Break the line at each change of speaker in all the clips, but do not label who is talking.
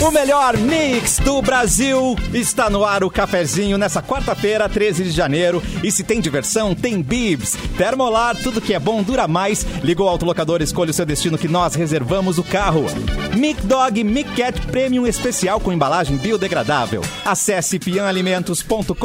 No melhor mix do Brasil, está no ar o cafezinho nessa quarta-feira, 13 de janeiro. E se tem diversão, tem bibs. Termolar, tudo que é bom dura mais. Liga o autolocador, escolha o seu destino que nós reservamos o carro. Mic Dog Mic Cat Premium Especial com embalagem biodegradável. Acesse pianalimentos.com.br.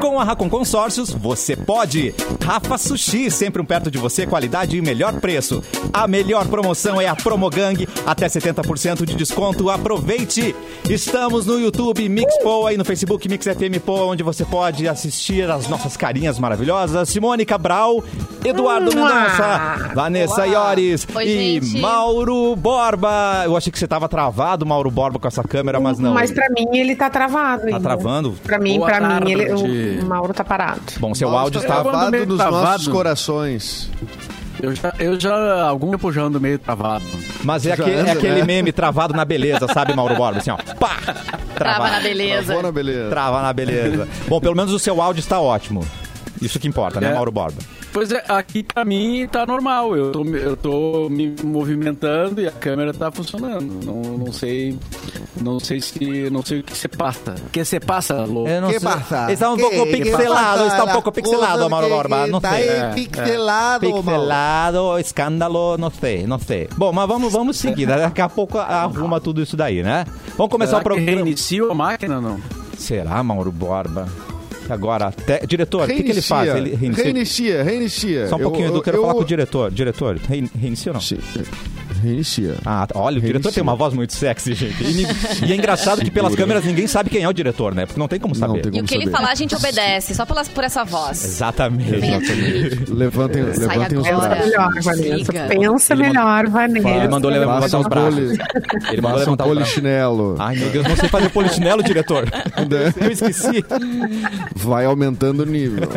Com a Racon Consórcios, você pode. Rafa Sushi, sempre um perto de você, qualidade e melhor preço. A melhor promoção é a Promogang, até 70% de desconto. Aproveite! Estamos no YouTube Mix Poa e no Facebook Mix FM Poa, onde você pode assistir as nossas carinhas maravilhosas. Simone Cabral,
Hum,
Eduardo
ah.
Mendonça, Vanessa Iores
Oi,
e
gente.
Mauro Borba. Eu achei que você tava travado, Mauro Borba, com essa câmera, mas não.
Mas pra mim ele tá travado.
Tá
ainda.
travando?
Pra mim,
Boa
pra mim, ele,
tarde.
o Mauro tá parado.
Bom, seu áudio
tá
estava.
meio
Travado nos
travado.
nossos corações.
Eu já, eu já, algum tempo já ando meio travado.
Mas é
Já
aquele,
anda,
é aquele
né?
meme travado na beleza, sabe, Mauro Borba? Assim, ó. Pá!
Tava na
Travado.
beleza.
Travou na beleza.
Trava na beleza. Bom, pelo menos o seu áudio está ótimo. Isso que importa, né,
É.
Mauro Borba?
Pois é, aqui pra mim tá normal. Eu tô, eu tô me movimentando e a câmera tá funcionando. Não, não sei. Não sei se. Não sei o que se passa. O que se passa, louco?
Eu não
Que
sei.
passa?
Está um
Que
pouco
que
pixelado,
passa?
está um pouco
Las
pixelado,
cosas
Mauro
que-
Borba.
que
Não
tá
sei.
aí
É.
pixelado, Mauro.
Pixelado, escândalo, não sei, não sei. Bom, mas vamos, vamos seguir. né? Daqui a pouco arruma tudo isso daí, né? Vamos começar o
Será que
programa.
reinicia a máquina, não?
Será, Mauro Borba? Agora, até... diretor, o que, que ele faz? Ele reinicia.
reinicia, reinicia.
Só um pouquinho, eu, quero falar com o diretor. Diretor, rein- reinicia ou não?
Sim. Reinicia.
Ah, tá. olha, o diretor
Reinicia.
tem uma voz muito sexy, gente. E, ni- e é engraçado que pelas
Segura.
câmeras ninguém sabe quem é o diretor, né? Porque não tem como
Não
saber. É.
tem
E o
Vamos
que ele
saber.
falar, a gente obedece, só pelas, por essa voz. Vem
Exatamente.
aqui,
Levantem,
sai
levantem os
agora.
braços.
Melhor, Vanessa.
Liga.
Pensa
Ele mandou-
melhor, Vanessa.
Ele mandou levantar
Faça
os
um
braços.
poli-
Ele mandou
Faça um
levantar os braços.
polichinelo.
Ai, meu Deus, não sei fazer polichinelo, diretor. Eu esqueci.
Vai aumentando o nível.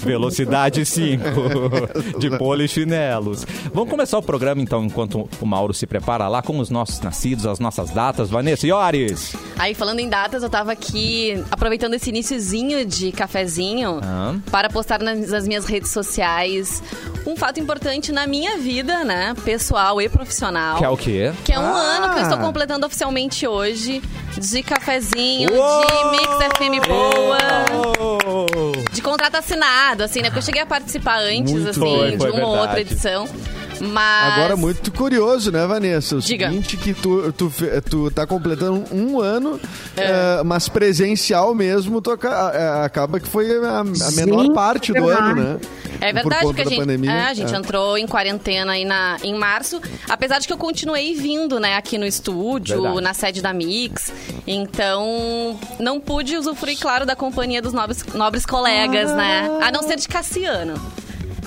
Velocidade 5 de polichinelos. Vamos começar o programa, então, enquanto o Mauro se prepara lá com os nossos nascidos, as nossas datas. Vanessa Iores.
Aí, falando em datas, eu tava aqui aproveitando esse iniciozinho de cafezinho
Ah.
para postar nas, nas minhas redes sociais um fato importante na minha vida, né? Pessoal e profissional.
Que é o quê?
Que é um
Ah.
ano que eu estou completando oficialmente hoje de cafezinho,
Uou!
de Mix FM Boa.
Oh!
De contrato assinado, assim, né? Porque eu cheguei a participar antes,
Muito
assim,
bom,
de uma
foi
ou outra
verdade.
edição. Mas.
Agora, muito curioso, né, Vanessa? O
Diga.
seguinte que tu, tu, fe- tu tá completando um ano,
É.
eh, mas presencial mesmo, tu aca- a- a- acaba que foi a, a menor
Sim,
parte do
verdade.
ano, né?
É verdade
Por conta
que a
da
gente,
pandemia.
é, a gente
É.
entrou em quarentena aí na, em março, apesar de que eu continuei vindo, né, aqui no estúdio,
Verdade.
na sede da Mix. Então, não pude usufruir, claro, da companhia dos nobres, nobres colegas, né? A não ser de Cassiano.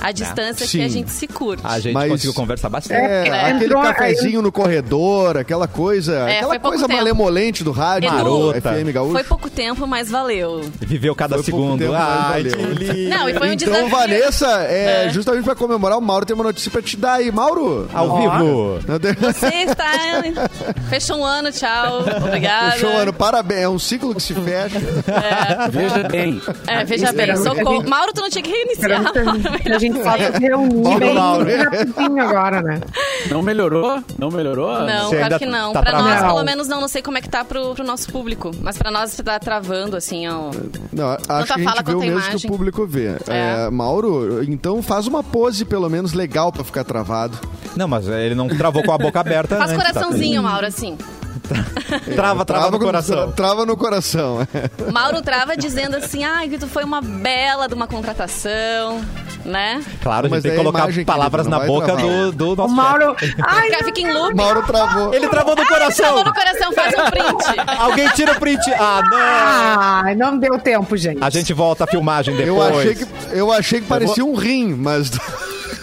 A distância que a
Né? Sim.
gente se curte.
A gente
Mas-
conseguiu conversar bastante.
É,
É.
aquele
Entrou-
cafezinho no corredor, aquela coisa,
É, foi
aquela
pouco
coisa
tempo.
malemolente do rádio,
Edu,
Marota.
FM Gaúcho.
Foi pouco tempo, mas valeu.
Viveu cada
Foi pouco
segundo.
tempo, mas
Ai,
valeu.
que lindo.
Não, e foi um
então,
desafio.
Vanessa, é, justamente pra comemorar, o Mauro tem uma notícia pra te dar aí. Mauro!
Ao vivo.
Não tem-
Você está... Fechou um ano, tchau. Obrigada.
Show, mano, parabéns. É um ciclo que se fecha.
Veja bem.
É, veja bem,
Esperamos que a
socorro.
gente-
Mauro, tu não tinha que reiniciar.
Esperamos que a gente- que a gente possa se
Bom,
reunir bem
Laura.
rapidinho agora, né?
Não melhorou? Não melhorou?
Não,
Você ainda
claro que não.
tá
pra nós,
travando.
pelo menos, não. Não sei como é que tá pro, pro nosso público. Mas pra nós, tá travando, assim, ó.
Tá
Não, acho
Tanta
que a
tá
gente vê
fala quanto
o
a
mesmo que
imagem.
o público vê.
É.
É, Mauro, então faz uma pose pelo menos legal pra ficar travado.
Não, mas ele não travou com a boca aberta.
Faz
antes, tá?
coraçãozinho, Mauro, assim.
Trava, trava no
com-
coração.
Trava no coração. é.
Mauro trava dizendo assim, ai, que tu foi uma bela de uma contratação, né?
Claro, a gente
Mas
tem que
é a
colocar
imagem que
palavras
ele não
na
vai
boca
travar.
do, do
O
nosso
Mauro. Ai,
Fica, fica em loop.
Mauro travou.
tá
chefe. Ele travou no
Travou
coração.
no coração, faz um print.
Alguém tira o print. Ah, não.
ai, não deu tempo, gente.
A gente volta a filmagem depois.
Eu achei, que, eu achei que parecia um rim, mas.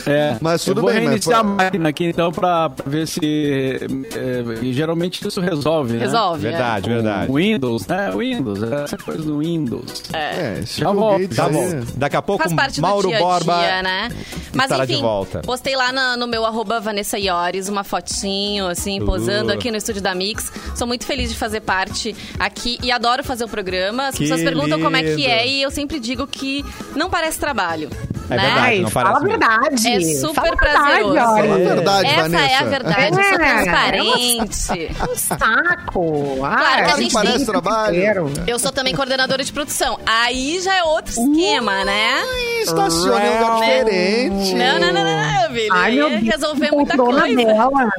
É.
Mas tudo
eu vou
bem, mas
reiniciar
foi-
a máquina aqui então pra, pra ver se. é, e geralmente isso resolve. né?
Resolve. é.
Verdade, verdade.
O Windows, né? Windows, essa coisa do Windows.
É, esse
Já
Bill
volto,
Gates
Tá
aí-
bom. Daqui a pouco,
Faz parte
Mauro
do dia
Borba.
a dia, né? Mas
estará
enfim,
de volta.
postei lá na- no meu arroba Vanessa Iores uma fotinho, assim,
Uh.
posando aqui no estúdio da Mix. Sou muito feliz de fazer parte aqui e adoro fazer o programa. As
Que
pessoas perguntam como é que
lindo.
é e eu sempre digo que não parece trabalho.
É
Né?
verdade,
Ai,
não
fala
parece.
a
mesmo.
verdade.
É super
fala a
prazeroso.
Fala a
Verdade, olha.
verdade,
Essa
Vanessa.
é a verdade, eu sou
É,
transparente.
É um saco. Ah,
Claro que a gente
parece
tem
trabalho.
inteiro.
Eu sou também coordenadora de produção. Aí já é outro esquema, né?
Ih, Estaciona em um lugar diferente.
Não, não, não, não, não, Vili.
Ai, meu
Aí é
Deus,
resolver
que
muita
poltrona
coisa.
dela.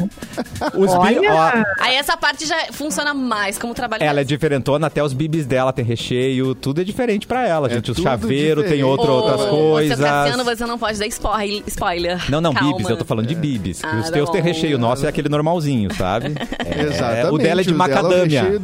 Os bi-
Olha.
ó,
Aí essa parte já funciona mais como trabalho.
ela é diferentona, até os bibis dela tem recheio, tudo é diferente pra ela,
É
gente. o
tudo
chaveiro tem
diferente.
outro,
Ô,
outras
ô,
coisas.
Seu Cassiano, você tá não pode dar spoil- spoiler.
Não, não,
Calma.
bibis, eu tô falando de bibis.
Ah,
os teus
não.
têm recheio, o nosso é aquele normalzinho, sabe? É,
Exatamente.
O dela é de macadâmia.
recheio-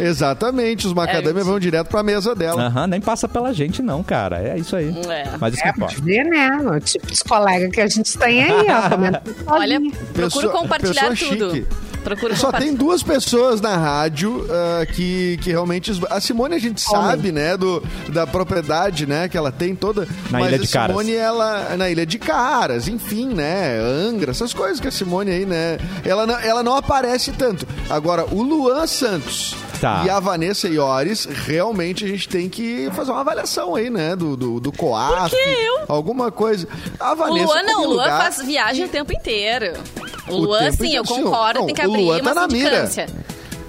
Exatamente, os
É,
macadâmia vão direto pra mesa dela.
Aham, nem passa pela gente, não, cara. É isso aí.
É.
Mas isso que
É, pra
importa.
te ver, né? O tipo de colega que a gente tem aí, ó. comentando
Olha,
sozinho.
procuro
Pessoa-
compartilhar
pessoa
tudo.
chique.
Procuro
Só
compartilhar.
tem duas pessoas na rádio ah, que, que realmente. esba- A Simone a gente sabe, né? Do, da propriedade, né? Que ela tem toda.
Na
mas
Ilha
a
de Caras.
Simone, ela. Na Ilha de Caras, enfim, né? Angra, essas coisas que a Simone aí, né? Ela não, ela não aparece tanto. Agora, o Luan Santos
Tá.
e a Vanessa Iores, realmente a gente tem que fazer uma avaliação aí, né? Do, do, do COAF.
eu?
Alguma coisa. A
O
Vanessa.
Luan não,
qualquer
o Luan
lugar-
faz viagem o tempo inteiro. O,
O
Luan,
tempo
sim, eu
inteiro, sim.
concordo,
Não,
tem que
o
abrir
Luan tá
uma
na mira.
sindicância.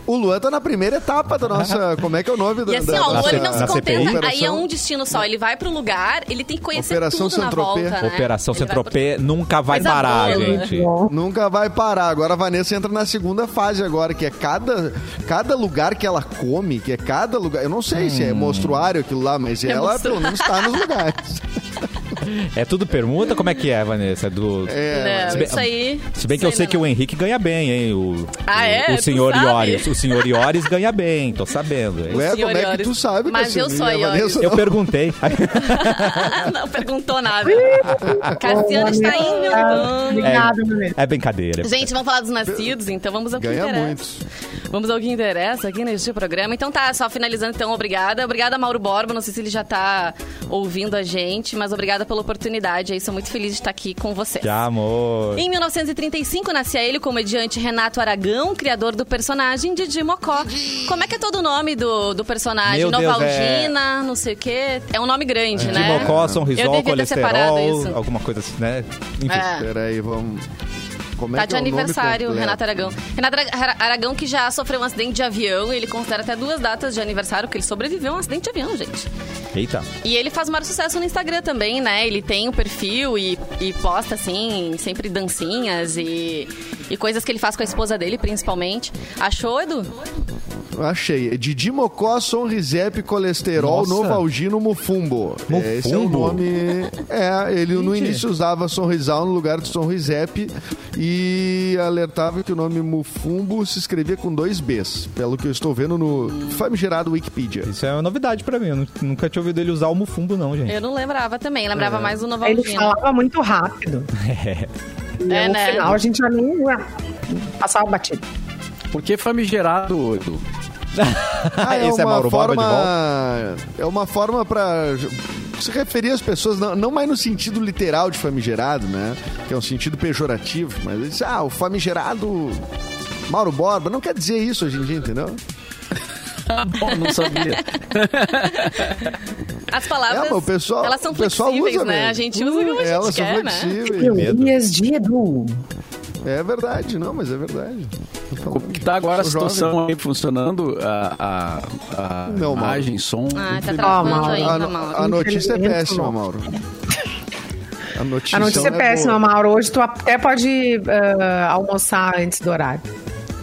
O Luan tá na primeira etapa da nossa. Como é que é o nome da
E assim,
da-
ó, o
da-
Luan ele não se
na
contenta.
CPI?
Aí é um destino só. Ele vai pro lugar, ele tem que conhecer
Operação
tudo na
Saint-Tropez.
volta, né?
Operação
Ele vai
Centropê nunca vai
Coisa
parar,
boa. né?
gente.
Nunca vai parar. Agora a Vanessa entra na segunda fase agora, que é cada, cada lugar que ela come, que é cada lugar. Eu não sei se é monstruário aquilo lá, mas
É
ela pelo menos tá nos lugares.
É tudo permuta? Como é que é, Vanessa? É do...
É,
Não,
Se bem-
isso aí.
Se bem que eu sei que o Henrique ganha bem, hein? O,
Ah,
o-
é?
o
Tu
senhor
sabe?
Iores. O senhor Iores ganha bem, tô sabendo. hein?
Ué, como é que
Iores.
tu sabe
Mas eu sou
a
Iores.
Vanessa
Eu perguntei.
não perguntou nada. Cassiano está
tá
indo.
Obrigada, Vanessa.
É brincadeira.
Gente, vamos falar dos nascidos, então vamos ao que
ganha
interessa.
muito.
Vamos ao que interessa aqui neste programa. Então tá, só finalizando, então, obrigada. Obrigada, Mauro Borba. Não sei se ele já tá ouvindo a gente, mas obrigada pela oportunidade. Aí sou muito feliz de estar aqui com vocês.
Que amor.
Em 1935, nascia ele o comediante Renato Aragão, criador do personagem Didi Mocó. Como é que é todo o nome do, do personagem?
Meu Deus, é-
Novaldina, não sei o quê. É um nome grande, né?
Dimocó, São
Eu
Risol,
devia ter separado isso.
colesterol, alguma coisa assim, né? Enfim.
É.
Peraí, vamos. Como
Tá
é que
de
é o nome
aniversário,
completo?
Renato Aragão. Renato Ara- Aragão, que já sofreu um acidente de avião, ele considera até duas datas de aniversário, porque ele sobreviveu a um acidente de avião, gente.
Eita.
E ele faz maior sucesso no Instagram também, né? Ele tem o perfil e, e posta, assim, sempre dancinhas e, e coisas que ele faz com a esposa dele, principalmente. Achou, Edu?
Achei. Didi Mocó, Sonrisep, Colesterol,
Nossa.
Novalgino, Mufumbo. É, Esse é o
Mufumbo?
nome. É, ele no
Gente.
início usava Sonrisal no lugar de Sonrisep e alertava que o nome Mufumbo se escrevia com dois Bs, pelo que eu estou vendo no famigerado Wikipedia.
Isso é uma novidade pra mim. Eu nu- nunca tinha ouvido ele usar o mufumbo, não, gente.
Eu não lembrava também, lembrava
É.
mais do
Ele
Novaldino.
falava muito rápido. E
É,
no
né?
final a gente já nem passava batido.
Por que famigerado, Edu?
Ah,
Esse é Mauro Borba de
É uma forma pra se referir às pessoas, não, não mais no sentido literal de famigerado, né? Que é um sentido pejorativo, mas ele diz, ah, o famigerado Mauro Borba, não quer dizer isso hoje em dia, entendeu?
Tá
Ah, bom, não sabia.
As palavras,
É, mas o pessoal-
elas são
o pessoal
flexíveis,
usa
né?
mesmo. É,
A gente usa como a gente
Elas são
quer, né?
flexíveis.
Teorias de Edu.
É verdade, não, mas é verdade. Tô falando.
Como que tá agora a
Sou jovem.
situação aí funcionando? A, a, a
Não, Mauro.
imagem, som.
Ah, tá
tudo.
travando
Mauro,
A,
ainda,
no-
Mauro.
a notícia é
Infelizmente,
péssima,
não.
Mauro. A notícia,
A notícia é
não
péssima,
boa.
Mauro. Hoje tu até pode eh, almoçar antes do horário.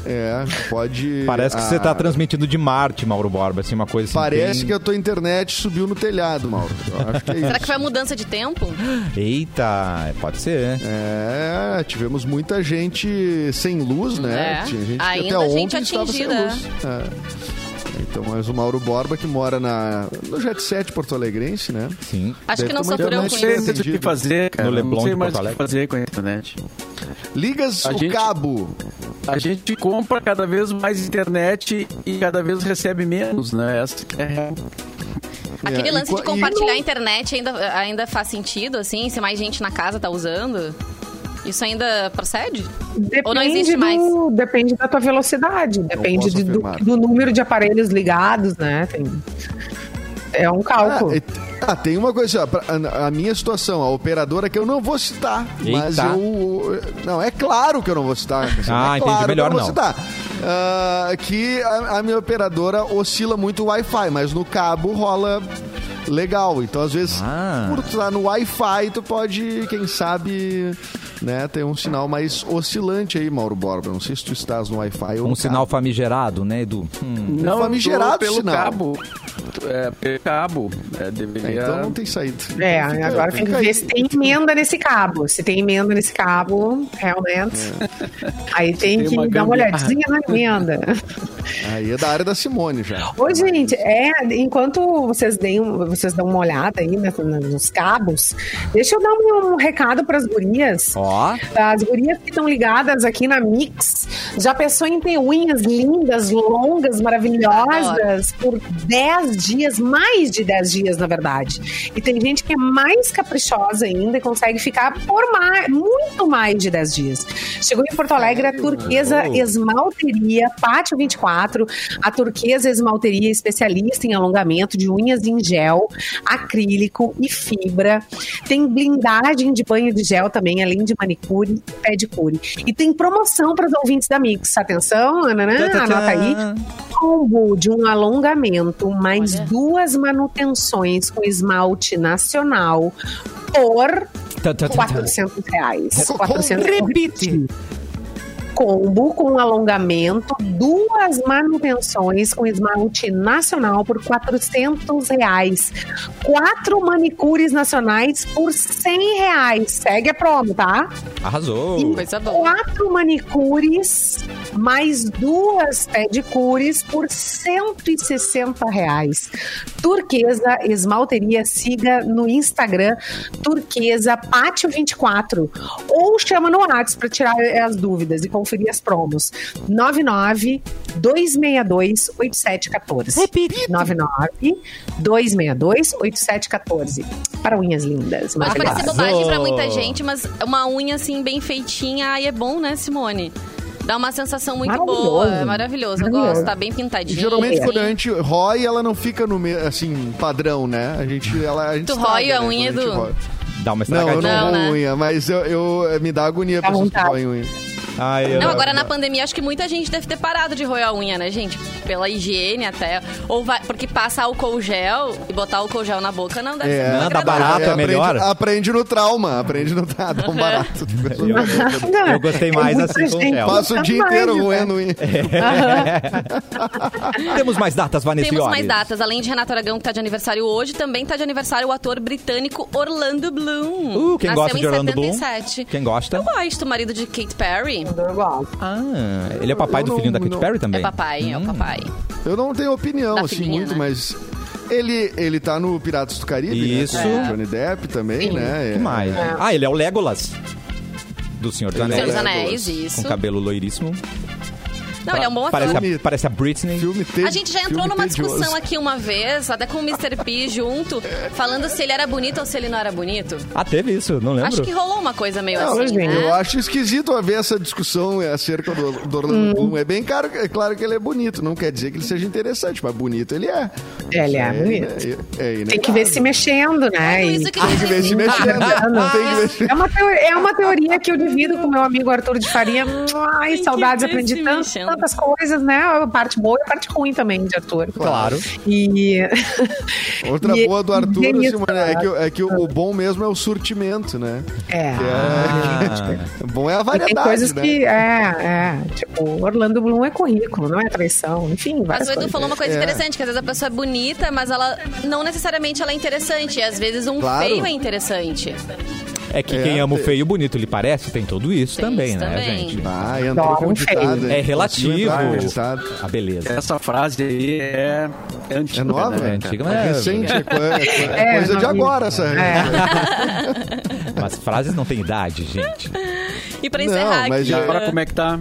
É, pode.
Parece que você tá
Ah,
transmitindo de Marte, Mauro Borba. Assim, uma coisa assim.
Parece
bem-
que a tua internet subiu no telhado, Mauro. Eu acho que é isso.
Será que foi a mudança de tempo?
Eita, pode ser. né?
É, tivemos muita gente sem luz, né?
É.
Tinha gente que
Ainda
até
gente
ontem estava sem
atingida.
luz. É. Então, mas o Mauro Borba, que mora na, no Jet 7 Porto Alegrense, né?
Sim.
Acho
Deve
que não
ter uma
sofreu
Não
internet
com
sei
isso.
mais o que fazer, cara.
No Leblon
não sei
de
mais o
Porto
que
Alegre.
fazer com a internet.
Ligas
A
o
gente-
cabo.
A gente compra cada vez mais internet e cada vez recebe menos, né? Essa que é a real.
Aquele
É,
lance
e
de
co- e-
compartilhar a internet ainda, ainda faz sentido, assim? Se mais gente na casa tá usando? Isso ainda procede?
Depende
Ou não existe
do-
mais?
Depende da tua velocidade, depende
posso
de- do,
afirmar.
do número de aparelhos ligados, né? Tem- é um
Ah,
cálculo.
e- Ah, tem uma coisa, ó, pra- a, a minha situação, a operadora que eu não vou citar, mas
Eita.
eu... Não, é claro que eu não vou citar. assim,
Ah,
é
entendi,
claro
melhor
que eu
não.
vou citar. Ah, que a, a minha operadora oscila muito o Wi-Fi, mas no cabo rola legal. Então, às vezes,
Ah.
por estar no Wi-Fi, tu pode, quem sabe, né, ter um sinal mais oscilante aí, Mauro Borba. Não sei se tu estás no Wi-Fi ou
Um
no
sinal famigerado, né, Edu? Hum.
Não,
famigerado
tô pelo
sinal.
cabo. É, pelo cabo. É, deveria...
cabo. É, então não tem saída.
É,
Então fica-
agora tem que
fica aí.
ver se tem emenda nesse cabo. Se tem emenda nesse cabo, realmente.
É.
Aí tem,
tem
que
uma
dar uma
gambiarra.
olhadinha na emenda.
Aí é da área da Simone já.
Ô, gente, é, enquanto vocês, deem, um, vocês dão uma olhada aí na- na- nos cabos, deixa eu dar um, um recado para as gurias.
Ó,
As gurias que estão ligadas aqui na Mix já pensou em ter unhas lindas, longas, maravilhosas por 10 dias, mais de 10 dias, na verdade. E tem gente que é mais caprichosa ainda e consegue ficar por mais, muito mais de 10 dias. Chegou em Porto Alegre a turquesa Esmalteria, Pátio 24, a turquesa esmalteria é especialista em alongamento de unhas em gel, acrílico e fibra. Tem blindagem de banho de gel também, além de manicure e pedicure. E tem promoção para os ouvintes da Mix. Atenção, Ana, né? anota aí. Combo de um alongamento, mais
Olha.
duas manutenções com esmalte nacional por
Tá, tá, tá, tá.
400 reais.
Com-
400 reais.
Repite.
Combo com alongamento, duas manutenções com esmalte nacional por 400 reais. Quatro manicures nacionais por 100 reais. Segue a promo, tá?
Arrasou.
Coisa boa.
Quatro manicures mais duas pedicures por 160 reais. Turquesa Esmalteria, siga no Instagram Turquesa Pátio 24 ou chama no WhatsApp para tirar as dúvidas e conferir as promos. 99 262 8714.
Repite.
99 262 8714. Para unhas lindas.
Pode parecer
maravilhosas.
bobagem pra muita gente, mas uma unha assim, bem feitinha, aí é bom, né, Simone? Dá uma sensação muito boa.
Maravilhoso.
É maravilhoso. Eu
Maravilhoso.
gosto, tá bem
E
pintadinho.
geralmente
É.
assim.
quando a gente rói, ela não fica no me- assim, padrão, né? A gente, ela, a gente
Tu
estraga,
rói a
né,
unha
quando a gente
do-
rói.
Dá uma
Não, eu
estragadinha.
não,
Não,
roo
né?
unha, mas eu, eu- me dá agonia
Dá
pra pessoas que
vontade.
roem unha.
Ai, eu
Não, agora na pandemia acho que muita gente deve ter parado de roer a unha, né, gente? Pela higiene até. Ou vai, porque passa álcool gel e botar álcool gel na boca não deve ser
É,
muito
Não, dá
agradável.
barato, é
aprende-
melhor.
Aprende no trauma, aprende no trauma, dá um barato.
Nada.
Eu gostei mais
muita
assim com
gente.
gel.
Passa o dia
Jamais,
inteiro
né?
roendo unha.
É. Temos mais datas, Vanessa
Temos
Iori.
mais datas. Além de Renato Aragão, que tá de aniversário hoje, também tá de aniversário o ator britânico Orlando Bloom.
Uh, quem
Nasceu
gosta
em
de Orlando Bloom?
77.
Quem gosta?
Eu gosto, marido de Kate Perry.
Eu gosto.
Ah, ele é papai
Eu
do
não-
filhinho da Katy
não-
Perry
É
também?
papai, é o
Hum.
papai.
Eu não tenho opinião,
Da
assim,
filhinha,
muito,
né?
mas... Ele, ele tá no Piratas do Caribe, né,
Isso.
com o Johnny Depp também, né?
que mais? Ah, ele é o Legolas do Senhor dos
Ele é
Senhor
Anéis.
dos
Legolas.
Anéis, isso.
Com cabelo loiríssimo.
Não, ele é um bom ator.
Parece é a,
Filme-
parece a Britney.
Filme te-
A gente já entrou
filme
numa
tedioso.
discussão aqui uma vez, até com o Mr. P junto, falando se ele era bonito ou se ele não era bonito.
Ah, teve isso, não lembro.
Acho que rolou uma coisa meio
Não,
assim,
gente,
né?
Eu acho esquisito haver essa discussão acerca do, do
Hum.
Orlando Bloom. É bem claro, é claro que ele é bonito, não quer dizer que ele seja interessante, mas bonito ele é.
Ele é
É,
bonito.
é- é
Tem que ver
inegável.
se mexendo, né?
Por
E-
isso que
Tem que ver se mexendo. Ah, Não tem que ver se...
É uma, teo- é uma teoria que eu divido com meu amigo Arthur de Faria. Ai,
que
saudades,
ver se
aprendi tantas,
mexendo.
tantas coisas, né? A parte boa e a parte ruim também de Arthur.
Claro.
E...
Outra
e-
boa do Arthur,
e isso,
Simone, é que, é que
Ah.
o bom mesmo é o surtimento, né?
É.
Que é-
Ah,
o bom é a
E tem
variedade,
coisas
né?
que. É, é. Tipo, Orlando Bloom é currículo, não é traição. Enfim,
Mas
várias
o Edu
coisas.
falou uma coisa
É.
interessante, que às vezes a pessoa é bonita, mas ela não necessariamente ela é interessante. E às vezes um
Claro.
feio é interessante.
É que
É,
quem ama o
tem-
feio e bonito lhe parece, tem tudo isso
Tem
também,
isso
né,
também.
gente?
Ah, entrou com o
Não, feio.
ditado. hein? Tá,
É
Conseguiu
relativo
entrar com o ditado.
a beleza.
Essa frase aí é, é antiga.
É nova?
né?
É antiga, mas
É
é-
recente, é, co- é
É,
coisa de
novinha.
agora essa.
É.
Mas frases não têm idade, gente.
E pra
Não,
encerrar
mas
aqui.
E
já-
né?
agora como é que tá?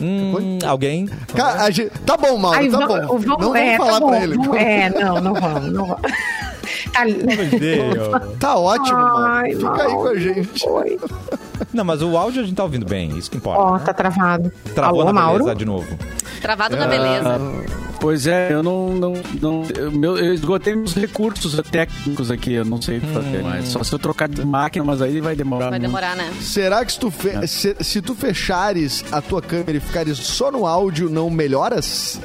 Hum, alguém?
Ca- a gente- tá bom, Mauro,
Ai,
tá
vamos-
bom.
vamos-
não vamos
é, tá
falar
bom,
pra ele. então.
vamos- É, não, não vamos, não vamos. Tá,
é,
Tá ótimo, Mauro.
Ai,
Fica aí com a
Mauro.
gente.
Oi.
Não, mas o áudio a gente tá ouvindo bem, isso que importa.
Ó, tá travado.
Travou
Alô,
na
Mauro?
beleza de novo.
Travado
Ah.
na beleza.
Ah, Pois é, eu não. não, não- eu, meu- eu esgotei meus recursos técnicos aqui, eu não sei o que fazer mais. Só se eu trocar de máquina, mas aí vai demorar.
Hum. Vai
Hum.
muito.
demorar, né?
Será que se tu, fe- se, se tu fechares a tua câmera e ficares só no áudio, não melhoras?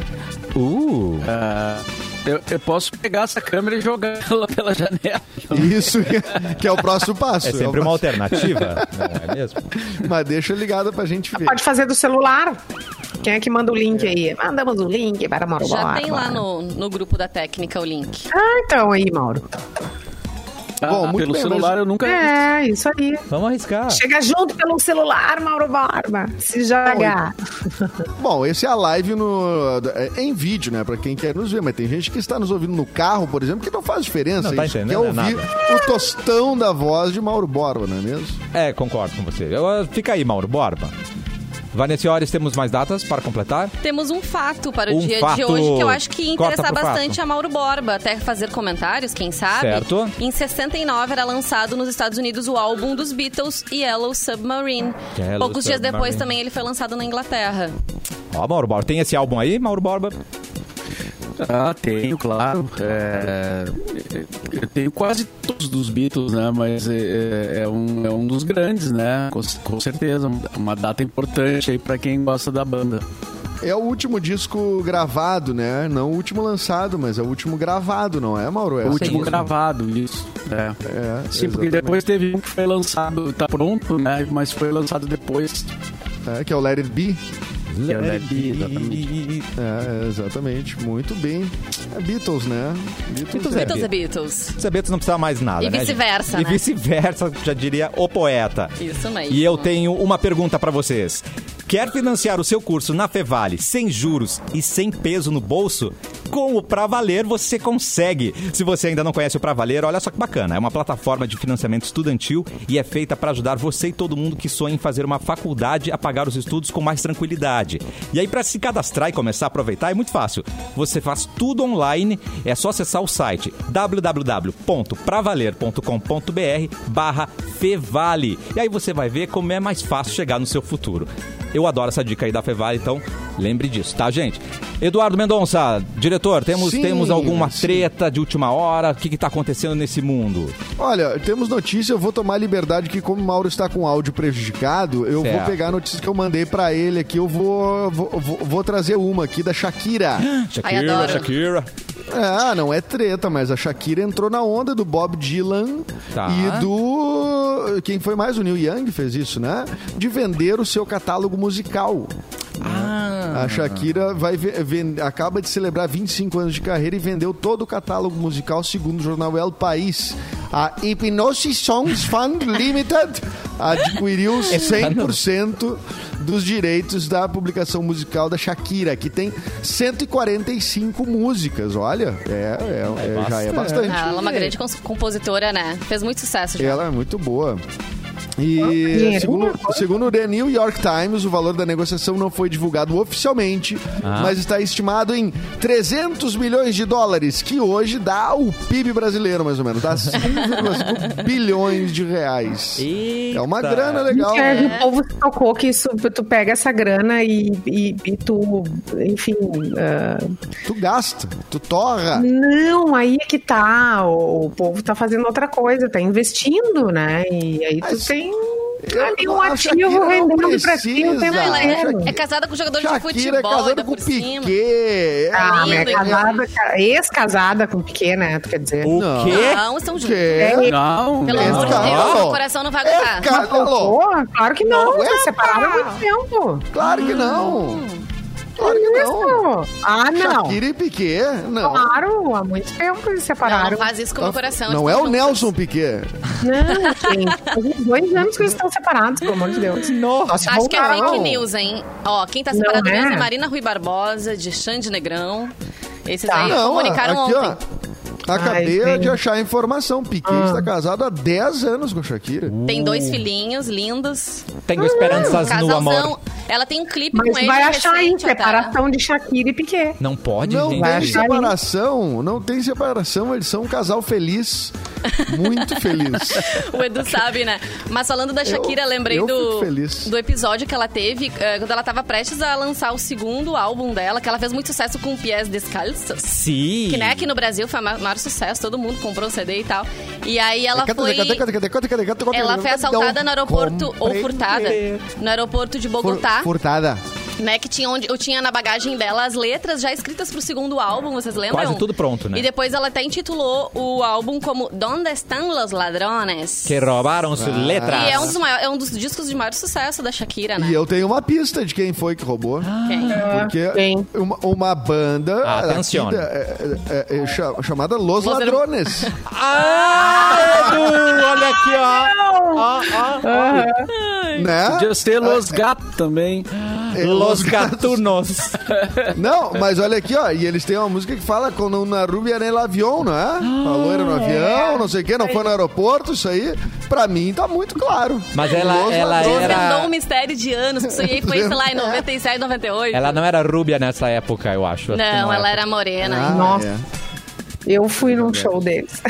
Uh,
Ah, eu, eu posso pegar essa câmera e jogar ela pela janela.
Isso que é o próximo passo.
É sempre
o
uma
próximo-
alternativa.
não é mesmo?
Mas deixa ligada pra gente ver.
Pode fazer do celular. Quem é que manda o link aí? Mandamos o link para Mauro
Já
Borba.
tem lá no, no grupo da técnica o link.
Ah, então aí, Mauro.
Bom, muito
Ah, pelo
bem,
celular
mas-
eu nunca.
É, isso aí.
Vamos arriscar.
Chega junto pelo celular, Mauro Borba. Se joga.
Bom, esse é a live no, é em vídeo, né? Pra quem quer nos ver. Mas tem gente que está nos ouvindo no carro, por exemplo, que não faz diferença.
Não tá
A gente
entendendo,
quer
é
ouvir o tostão da voz de Mauro Borba, não é mesmo?
É, concordo com você. Eu- fica aí, Mauro Borba. Vanessiores, temos mais datas para completar?
Temos um fato para o
Um
dia de
fato.
hoje que eu acho que ia
Corta
interessar
pro fato.
bastante a Mauro Borba, até fazer comentários, quem sabe.
Certo.
Em 69 era lançado nos Estados Unidos o álbum dos Beatles, Yellow Submarine.
Yellow
Poucos dias
Submarine.
depois também ele foi lançado na Inglaterra.
Ó, Mauro Borba, tem esse álbum aí, Mauro Borba?
Ah, tenho, claro. É, eu tenho quase todos dos Beatles, né? Mas é, é um, é um dos grandes, né? Com, com certeza. Uma data importante aí pra quem gosta da banda.
É o último disco gravado, né? Não o último lançado, mas é o último gravado, não é, Mauro? É
o
assim
último
mesmo.
gravado, isso. É.
É,
Sim, porque
exatamente.
depois teve um que foi lançado, tá pronto, né? Mas foi lançado depois.
É, que é o Let It Be.
Que é o Let It Be, exatamente.
É, exatamente. Muito bem. É Beatles, né?
Beatles é
Beatles é
Beatles.
Beatles.
Os Beatles não precisava mais nada,
E
né, gente?
vice-versa,
E
né?
vice-versa, já diria o poeta.
Isso mesmo.
E eu tenho uma pergunta pra vocês. Quer financiar o seu curso na Fevale sem juros e sem peso no bolso? Com o Pra Valer você consegue. Se você ainda não conhece o Pra Valer, olha só que bacana. É uma plataforma de financiamento estudantil e é feita pra ajudar você e todo mundo que sonha em fazer uma faculdade a pagar os estudos com mais tranquilidade. E aí pra se cadastrar e começar a aproveitar é muito fácil. Você faz tudo online, é só acessar o site www.pravaler.com.br barra Fevale. E aí você vai ver como é mais fácil chegar no seu futuro. Eu adoro essa dica aí da Fevale, então lembre disso, tá, gente? Eduardo Mendonça, diretor, temos,
Sim,
temos alguma
sim.
treta de última hora? O que, que tá acontecendo nesse mundo?
Olha, temos notícia, eu vou tomar liberdade que como o Mauro está com áudio prejudicado, eu vou
Certo.
pegar a notícia que eu mandei pra ele aqui, eu vou, vou, vou- vou trazer uma aqui da Shakira.
Ai, adoro.
Shakira.
ah, não é treta, mas a Shakira entrou na onda do Bob Dylan
Tá.
e do... Quem foi mais? O Neil Young fez isso, né? De vender o seu catálogo musical. A Shakira vai ve- ven- acaba de celebrar 25 anos de carreira e vendeu todo o catálogo musical, segundo o jornal El País. A Hypnosis Songs Fund Limited adquiriu 100% dos direitos da publicação musical da Shakira, que tem 145 músicas. Olha, é, é- é- já é bastante.
Ah, ela é uma grande cons- compositora, né? Fez muito sucesso já.
Ela é muito boa. E
dinheiro.
segundo, segundo o The New York Times, o valor da negociação não foi divulgado oficialmente, mas está estimado em 300 milhões de dólares, que hoje dá o PIB brasileiro, mais ou menos. Dá 5,5 bilhões de reais. É uma grana legal.
Que
né?
O povo se tocou que isso, tu pega essa grana e, e, e tu, enfim. ah,
Tu gasta, tu torra.
Não, aí é que tá. O, o povo tá fazendo outra coisa, tá investindo, né? E aí tu
Mas
tem
eu
ali um
não acho que
ativo
não
rendendo pra ti o tempo
precisa.
Ela é,
inteiro.
é casada com jogador de futebol,
Shakira é casada
ainda
com
por cima.
Piquet.
Ah,
lindo,
é
hein?
casada, ca- ex-casada com Piquet, né? Tu quer dizer?
O
Não.
quê?
Não, são juntos.
Piquet.
Não,
Pelo
É,
amor de
cara.
Deus, meu
Não.
coração não vai
É,
aguentar.
cara.
Pô, claro que não,
Não,
já
epa!
separaram há muito tempo.
Claro que não.
Hum.
Claro que
é
não.
Isso. Ah, não.
Shakira e Piquet, não.
Ah,
Claro, há muito tempo eles
Não,
separaram.
não faz isso com o meu coração. Tipo,
Não
então eles
é o
estão juntos.
Nelson Piquet.
Não, gente. Faz dois anos que eles estão separados, pelo amor de Deus.
Tá
Nossa.
Acho que é
Voltaram.
fake news, hein? Ó, quem tá separado
Não é?
mesmo é Marina Rui Barbosa, de Xande Negrão. Esses
Tá.
aí
Não,
comunicaram
aqui,
ontem.
ó. Acabei
Ai, Ah. gente.
de achar a informação. Piquet está casado há 10 anos com Shakira.
Tá
Uh.
Tem dois filhinhos lindos. um
Tenho esperanças no amor.
Casalzão. Ela tem um clipe com
Mas
ele.
vai achar aí,
recente, tá? até.
separação de Shakira e Piquet.
Não pode,
Não
gente.
tem
vai achar
separação, não tem separação, eles são um casal feliz, muito feliz.
O Edu sabe, né? Mas falando da Shakira, lembrei
eu
do,
fico feliz.
do episódio que ela teve eh, quando ela tava prestes a lançar o segundo álbum dela, que ela fez muito sucesso com Pies Descalços.
Sim.
Que né, aqui no Brasil foi o ma- maior sucesso, todo mundo comprou o CD e tal. E aí ela foi. Ela foi assaltada no aeroporto, ou furtada, no aeroporto de Bogotá,
Furtada.
né? Que tinha onde, eu tinha na bagagem dela as letras já escritas pro segundo álbum, vocês lembram?
Quase tudo pronto, né?
E depois ela até intitulou o álbum como Donde están los ladrones?
Que roubaram
Ah.
suas letras.
E é um, dos maiores- é um dos discos de maior sucesso da Shakira, né? é
E eu tenho uma pista de quem foi que roubou.
Quem?
Ah,
Porque
Quem?
uma, uma banda aqui
Atencione.
da- é- é- é cha- chamada Los
Los
Ladrones.
Ah, Edu, olha aqui, ó.
né?
Podia ser Los Gatos também.
É,
Los Gatunos.
Não, mas olha aqui, ó. E eles têm uma música que fala quando na Rubia nem avião, não é? A loira
Ah,
no
é.
avião, não sei o quê, não foi no aeroporto, isso aí. Pra mim tá muito claro.
Mas ela,
Los
ela
Ladrones.
Desvendou um
era...
mistério de anos que sonhei foi, sei lá, em 97, 98.
Ela não era rúbia nessa época, eu acho. Acho que
Não, ela era morena.
Ah,
Nossa.
é.
Eu fui num show deles.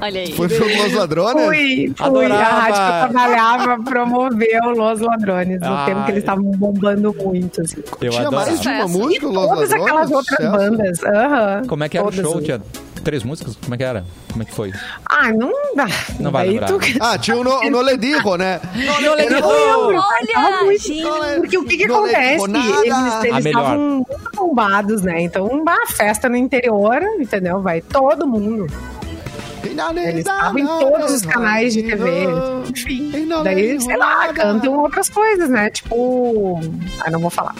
Olha aí.
Ah. Foi pro Los Ladrones?
Fui, fui.
Adorava.
A rádio que eu trabalhava promoveu Los Ladrones, no
Ai.
tempo que eles estavam bombando muito, assim.
Eu
Tinha
adorava.
mais de uma
Sucesso.
música, é Los
Todas
Ladrones?
aquelas outras
Sucesso.
bandas. aham.
Como é que era
Todas
o show?
as-
Tinha três músicas? Como é que era? Como é que foi?
Ah, não dá.
Não vai
Aí
lembrar.
tu-
Ah, tinha o No, no Le Dijo, né?
Não,
Eu tava muito-
gente.
Porque o que que
Não
acontece?
levou nada.
Eles
A
eles
melhor.
estavam muito bombados, né? Então, bah, festa no interior, entendeu? Vai todo mundo. Eles estavam em todos os canais de TV. Enfim. Daí, sei lá, cantam outras coisas, né? Tipo. Ah, não vou falar.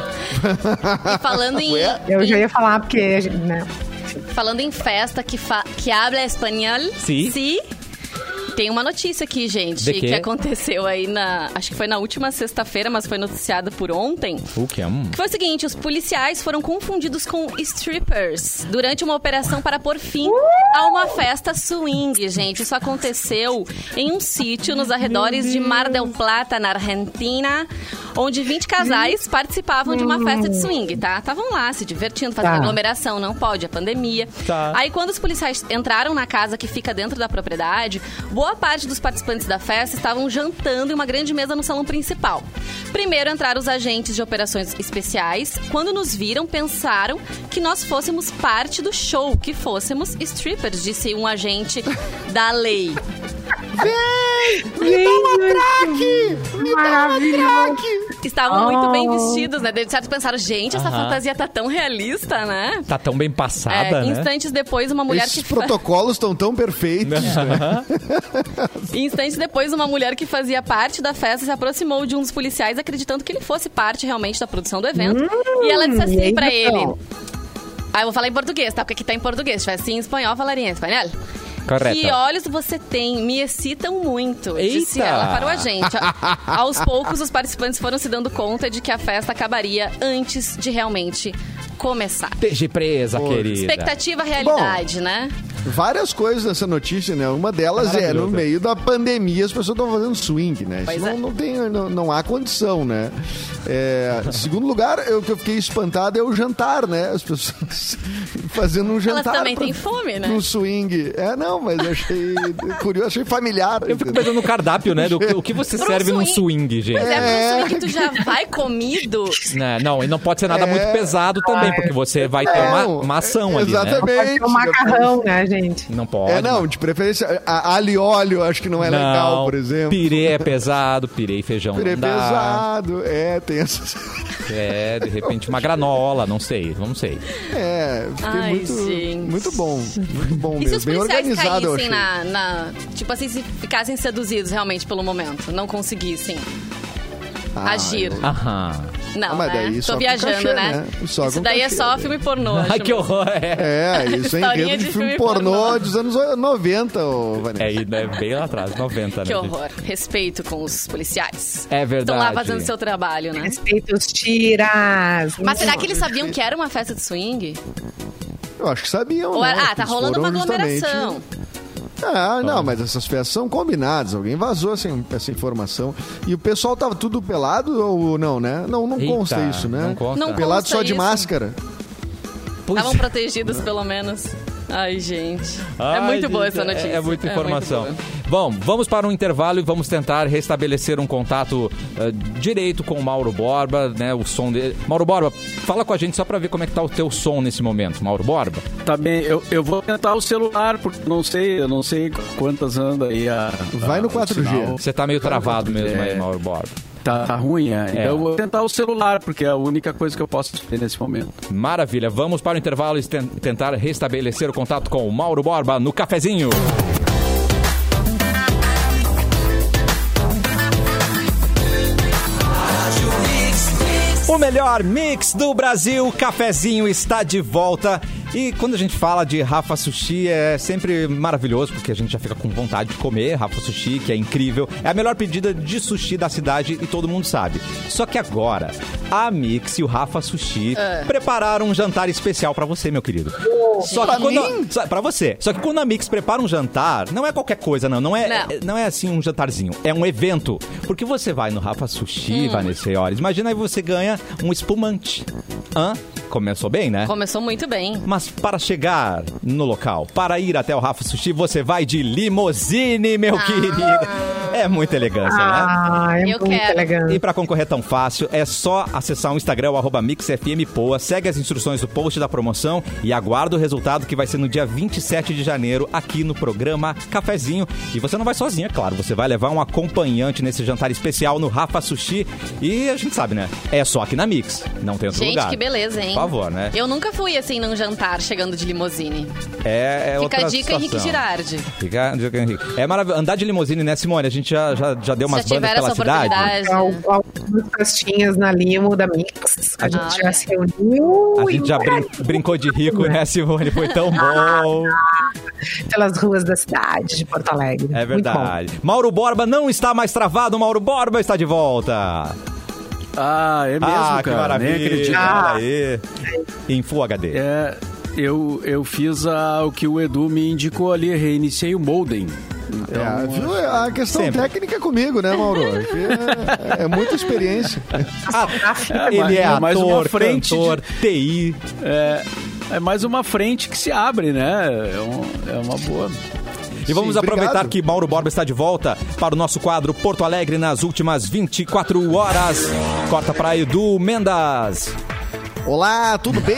E falando em,
Ué?
Eu já ia falar porque, né?
falando em festa que, fa que habla espanhol,
Sim.
tem uma notícia aqui, gente,
De quê?
que aconteceu aí na. Acho que foi na última sexta-feira, mas foi noticiado por ontem.
O que é? Hum.
Que Foi o seguinte, os policiais foram confundidos com strippers durante uma operação para pôr fim a uma festa swing, gente. Isso aconteceu em um sítio nos arredores de Mar del Plata, na Argentina, onde 20 casais participavam de uma festa de swing, tá? Estavam lá se divertindo, fazendo
Tá.
aglomeração, não pode, é pandemia.
Tá.
Aí quando os policiais entraram na casa que fica dentro da propriedade, boa parte dos participantes da festa estavam jantando em uma grande mesa no salão principal. Primeiro entraram os agentes de operações especiais. Quando nos viram, pensaram que nós fôssemos parte do show, que fôssemos strippers, disse um agente da lei.
Me dá uma traque! Maravilhoso!
Estavam muito bem
Oh.
vestidos, né? De certo pensaram, gente, essa
Aham.
fantasia tá tão realista, né?
Tá tão bem
É,
passada, né?
Instantes depois, uma mulher
Esses
que fa-
protocolos estão tão perfeitos.
E Instantes depois, uma mulher que fazia parte da festa se aproximou de um dos policiais, acreditando que ele fosse parte realmente da produção do evento. e ela disse
Hum, e aí,
assim pra ele.
então?
Ah, eu vou falar em português, tá? Porque aqui tá em português. Se tivesse em espanhol, eu falaria em espanhol.
Correto.
Que olhos você tem, me excitam muito, disse
Eita!
ela para o agente. A- Aos poucos, os participantes foram se dando conta de que a festa acabaria antes de realmente começar.
Esteja presa, querida.
Expectativa, realidade, né?
Várias coisas nessa notícia, né? Uma delas é, no
Maravilhoso.
meio da pandemia, as pessoas estão fazendo swing, né?
Pois
Isso
é.
não, não, tem, não, não há condição, né? É, segundo lugar, eu, que eu fiquei espantado é o jantar, né? As pessoas fazendo um jantar.
Elas também
pra-
têm fome, né?
No swing. É, não, mas eu achei curioso, achei familiar.
Eu fico pensando no cardápio, né? Do, o que você
Pro
serve num
swing.
swing, gente?
Pois é, pro swing tu já vai comido.
Né, Não, e não pode ser nada
É.
muito pesado também, porque você vai ter uma, uma ação ali, né?
Exatamente.
Pode ser um macarrão, né, gente?
Não pode.
É, não, de preferência, a- alho e óleo acho que não é legal,
Não,
por exemplo.
Pirê é pesado, pirê e feijão
Pirê
não dá.
pesado, é, tem essas...
É, de repente uma granola, não sei, não sei.
É, fiquei
Ai,
muito,
gente.
muito bom. Muito bom
E se
mesmo.
os
Bem
policiais
organizado, eu achei.
caíssem na, na- Tipo assim, se ficassem seduzidos realmente pelo momento, não conseguissem
Ah,
agir.
Aham.
Não,
Ah, mas
né?
daí
Tô
só com
viajando,
cachê,
né?
né? Só
Isso
com
daí é
cachê,
só
né?
filme pornô.
Ai,
acho,
que
mas-
horror, é.
É, isso é
Historinha
enredo de
de
filme
filme
pornô,
pornô.
dos anos 90, ô, Vanessa.
É, e, né, bem lá atrás, 90, né? gente?
Que horror. Respeito com os policiais.
É
Estão lá
verdade.
fazendo seu trabalho, né?
Respeita os tiras.
Mas será que eles sabiam que era uma festa de swing?
Eu acho que sabiam,
Ou
né?
era- ah, tá
Eles
rolando uma
foram justamente-
aglomeração.
Ah, não, mas essas festas são combinadas. Alguém vazou essa, essa informação. E o pessoal tava tudo pelado ou não, né? Não, não
Eita,
consta isso, né?
não consta.
Não
pelado
consta
só de
isso.
máscara.
Pois
Estavam protegidos, pelo menos. Ai, gente. Tá é
Ai,
muito boa
gente,
essa notícia.
É, é muita informação.
muito boa.
Bom, vamos para um intervalo e vamos tentar restabelecer um contato eh, direito com o Mauro Borba, né? O som dele. Mauro Borba, fala com a gente só para ver como é que tá o teu som nesse momento, Mauro Borba.
Tá bem, eu, eu vou tentar o celular, porque não sei, eu não sei quantas anda aí a.
Vai no
a- o
4G.
sinal.
Você tá meio travado mesmo aí,
É.
Mauro Borba.
Tá, tá ruim, é.
É.
Então eu vou tentar o celular, porque é a única coisa que eu posso ter nesse momento.
Maravilha, vamos para o intervalo e ten- tentar restabelecer o contato com o Mauro Borba no cafezinho. O melhor mix do Brasil, o cafezinho está de volta. E quando a gente fala de Rafa Sushi, é sempre maravilhoso, porque a gente já fica com vontade de comer Rafa Sushi, que é incrível. É a melhor pedida de sushi da cidade e todo mundo sabe. Só que agora, a Mix e o Rafa Sushi
É.
prepararam um jantar especial pra você, meu querido. Só que
Pra
quando
mim?
só- pra você. Só que quando a Mix prepara um jantar, não é qualquer coisa, não. Não é,
Não.
é- não é assim um jantarzinho, é um evento. Porque você vai no Rafa Sushi, Vanessa Iores, imagina aí você ganha um espumante. Hã? Começou bem, né?
Começou muito bem.
Mas para chegar no local, para ir até o Rafa Sushi, você vai de limusine, meu querido. É muita elegância, né?
Ah, é
Eu
muito
quero.
elegante.
E pra concorrer tão fácil, é só acessar o Instagram, o arroba MixFMPoa, segue as instruções do post da promoção e aguarda o resultado que vai ser no dia 27 de janeiro, aqui no programa Cafezinho. E você não vai sozinha, é claro, você vai levar um acompanhante nesse jantar especial no Rafa Sushi. E a gente sabe, né? É só aqui na Mix, não tem outro
Gente,
lugar.
que beleza, hein?
Por favor, né?
Eu nunca fui assim num jantar chegando de limusine.
É, é
Fica
outra
a dica, Henrique
situação.
Girardi.
Fica a dica, Henrique. É maravilhoso. Andar de limusine, né, Simone? A gente já, já, já deu umas
Se já
bandas
tiver
pela
essa
cidade.
oportunidade.
Al- Algumas festinhas na Limo da Mix. A gente
Olha.
já se reuniu.
A gente já
e
brin- brincou de rico, né, Simone? Foi tão bom.
pelas ruas da cidade de Porto Alegre.
É
Muito bom.
verdade. Mauro Borba não está mais travado, Mauro Borba está de volta.
Ah, é mesmo,
ah,
cara.
que maravilha.
Nem acredito.
Ah.
Olha aí. Em Full HD.
É, eu, eu fiz a- o que o Edu me indicou ali, reiniciei o modem. Então,
É, viu? A questão
Sempre.
técnica é comigo, né, Mauro? Aqui É, é muita experiência.
Ah,
É,
ele é
mais- mais uma
ator,
frente de-
cantor, TI.
é, é mais uma frente que se abre, né? É, um- é uma boa.
E vamos
Sim,
aproveitar
obrigado.
que Mauro Borba está de volta para o nosso quadro Porto Alegre nas últimas 24 horas. Corta para Edu Mendas.
Olá, tudo bem?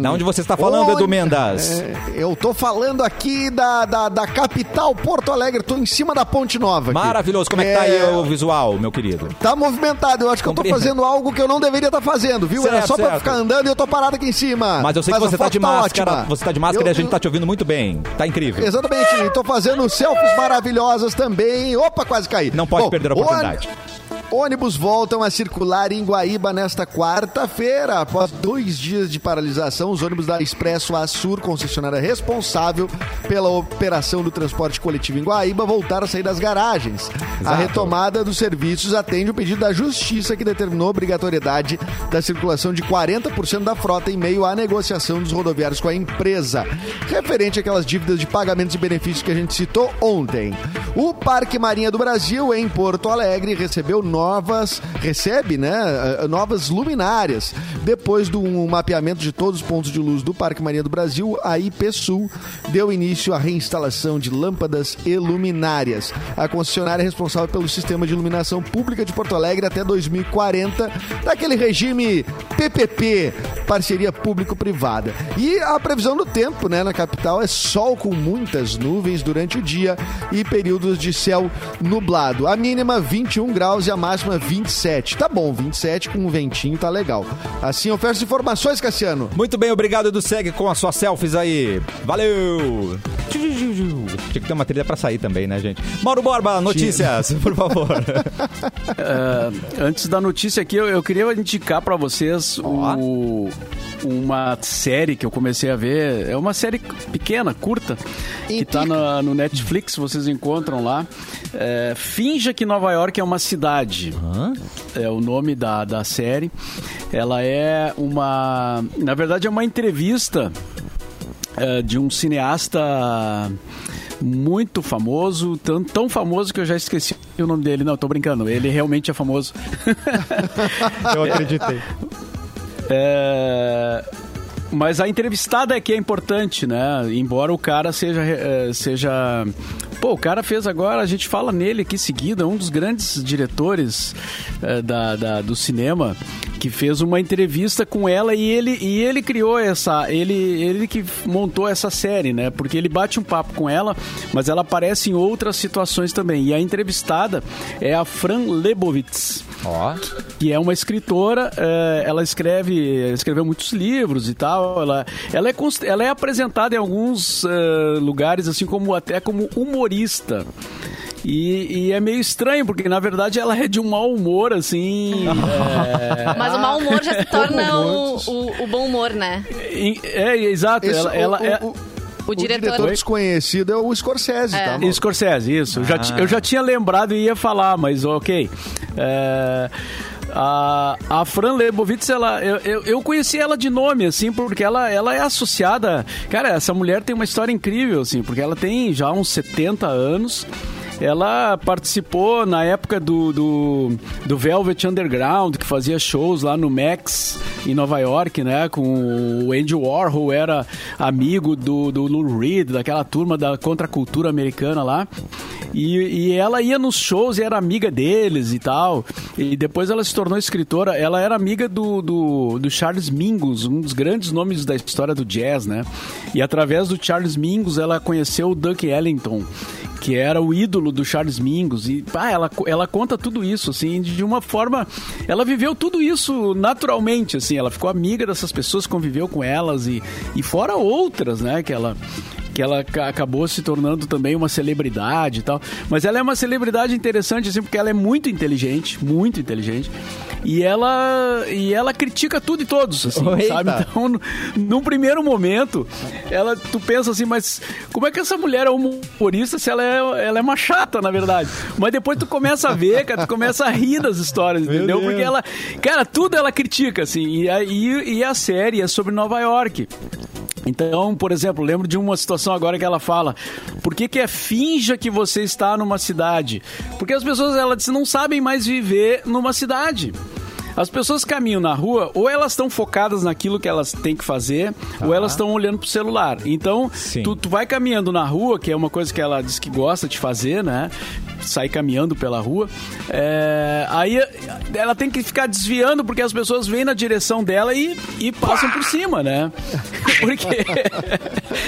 Da onde você está falando,
Olha,
Edu Mendas?
é, Eu tô falando aqui da, da, da capital Porto Alegre, tô em cima da Ponte Nova. aqui.
Maravilhoso. Como é que tá aí o visual, meu querido?
Tá movimentado, eu acho que eu tô
Compreendo.
fazendo algo que eu não deveria estar fazendo, viu? Era
Certo,
só
certo.
pra ficar andando e eu tô parado aqui em cima.
Mas eu sei que
a
você tá
foto
de máscara.
ótima.
Você tá de máscara
Eu-
e a gente tá te ouvindo muito bem. Tá incrível.
Exatamente, e tô fazendo selfies maravilhosas também. Opa, quase caí.
Não pode perder a
ôni-
oportunidade.
Ônibus voltam a circular em Guaíba nesta quarta-feira. Após dois dias de paralisação, os ônibus da Expresso Açur, concessionária responsável pela operação do transporte coletivo em Guaíba, voltaram a sair das garagens. A
Exato.
retomada dos serviços atende o pedido da Justiça, que determinou a obrigatoriedade da circulação de 40% da frota em meio à negociação dos rodoviários com a empresa, referente àquelas dívidas de pagamentos e benefícios que a gente citou ontem. O Parque Marinha do Brasil, em Porto Alegre, recebeu novas, recebe, né, eh, novas luminárias. Depois do um mapeamento de todos os pontos de luz do Parque Marinha do Brasil, a IPSul deu início à reinstalação de lâmpadas e luminárias. A concessionária é responsável pelo sistema de iluminação pública de Porto Alegre até 2040, daquele regime PPP, parceria público-privada. E a previsão do tempo, né, na capital é sol com muitas nuvens durante o dia e períodos de céu nublado. A mínima 21 graus e a máxima 27. Tá bom, 27 com um ventinho tá legal. Assim eu fecho as informações, Cassiano.
Muito bem, obrigado, Edu. Segue com as suas selfies aí. Valeu! Tinha que ter uma trilha pra sair também, né, gente? Mauro Borba, notícias, por favor.
Ah, antes da notícia aqui, eu, eu queria indicar pra vocês o- uma série que eu comecei a ver. É uma série pequena, curta, que tá na- no Netflix, vocês encontram lá. É, Finja que Nova York é uma cidade. É o nome da, da série. Ela é uma. Na verdade, é uma entrevista eh, de um É, cineasta muito famoso, tão, tão famoso que eu já esqueci o nome dele. Não, tô brincando, ele realmente é famoso.
Eu acreditei.
É, Mas a entrevistada é que é importante, né? Embora o cara seja, eh, seja. Pô, o cara fez agora, a gente fala nele aqui em seguida, um dos grandes diretores eh, da, da- do cinema, que fez uma entrevista com ela e ele, e ele criou essa. Ele, ele que montou essa série, né? Porque ele bate um papo com ela, mas ela aparece em outras situações também. E a entrevistada é a Fran Lebowitz
Ó.
que é uma escritora, eh, ela escreve, escreveu muitos livros e tal, ela, ela, é, const- ela é apresentada em alguns eh, lugares, assim como até como humorista. E, e é meio estranho, porque na verdade ela é de um mau humor, assim. eh,
É. Mas o mau humor já se torna o, o, o bom humor, né?
em- é, exato.
Esse-
ela, ela
o,
é-
o-
O,
o
diretor.
desconhecido é o Scorsese, tá? Mauro?
Scorsese, isso. Eu já ti- eu já tinha lembrado e ia falar, mas ok. É, a, a Fran Lebowitz, ela, eu, eu, eu conheci ela de nome, assim, porque ela, ela é associada. Cara, essa mulher tem uma história incrível, assim, porque ela tem já uns 70 anos. Ela participou na época do, do, do Velvet Underground, que fazia shows lá no Max, em Nova York, né? Com o Andy Warhol, era amigo do, do Lou Reed, daquela turma da contracultura americana lá. E, e ela ia nos shows e era amiga deles e tal. E depois ela se tornou escritora. Ela era amiga do, do, do Charles Mingus, um dos grandes nomes da história do jazz, né? E através do Charles Mingus ela conheceu o Duck Ellington, que era o ídolo do Charles Mingus. E pá, ela, co- ela conta tudo isso, assim, de uma forma. Ela viveu tudo isso naturalmente, assim. Ela ficou amiga dessas pessoas, conviveu com elas e, e fora outras, né? Que ela que ela ca- acabou se tornando também uma celebridade e tal. Mas ela é uma celebridade interessante, assim, porque ela é muito inteligente, muito inteligente. E ela, e ela critica tudo e todos, assim,
Eita.
sabe? Então, n- num primeiro momento, ela, tu pensa assim, mas como é que essa mulher é humorista se ela é, ela é uma chata, na verdade? Mas depois tu começa a ver, cara, tu começa a rir das histórias, entendeu?
Deus.
Porque ela, cara, tudo ela critica, assim. E, a- e, e a série é sobre Nova York. Então, por exemplo, lembro de uma situação agora que ela fala: por que, que é finja que você está numa cidade? Porque as pessoas, ela disse, não sabem mais viver numa cidade. As pessoas caminham na rua, ou elas estão focadas naquilo que elas têm que fazer, ou elas estão olhando pro celular. Então,
Sim.
tu, tu vai caminhando na rua, que é uma coisa que ela diz que gosta de fazer, né? Sair caminhando pela rua. É, aí ela tem que ficar desviando, porque as pessoas vêm na direção dela e, e passam por cima, né? Porque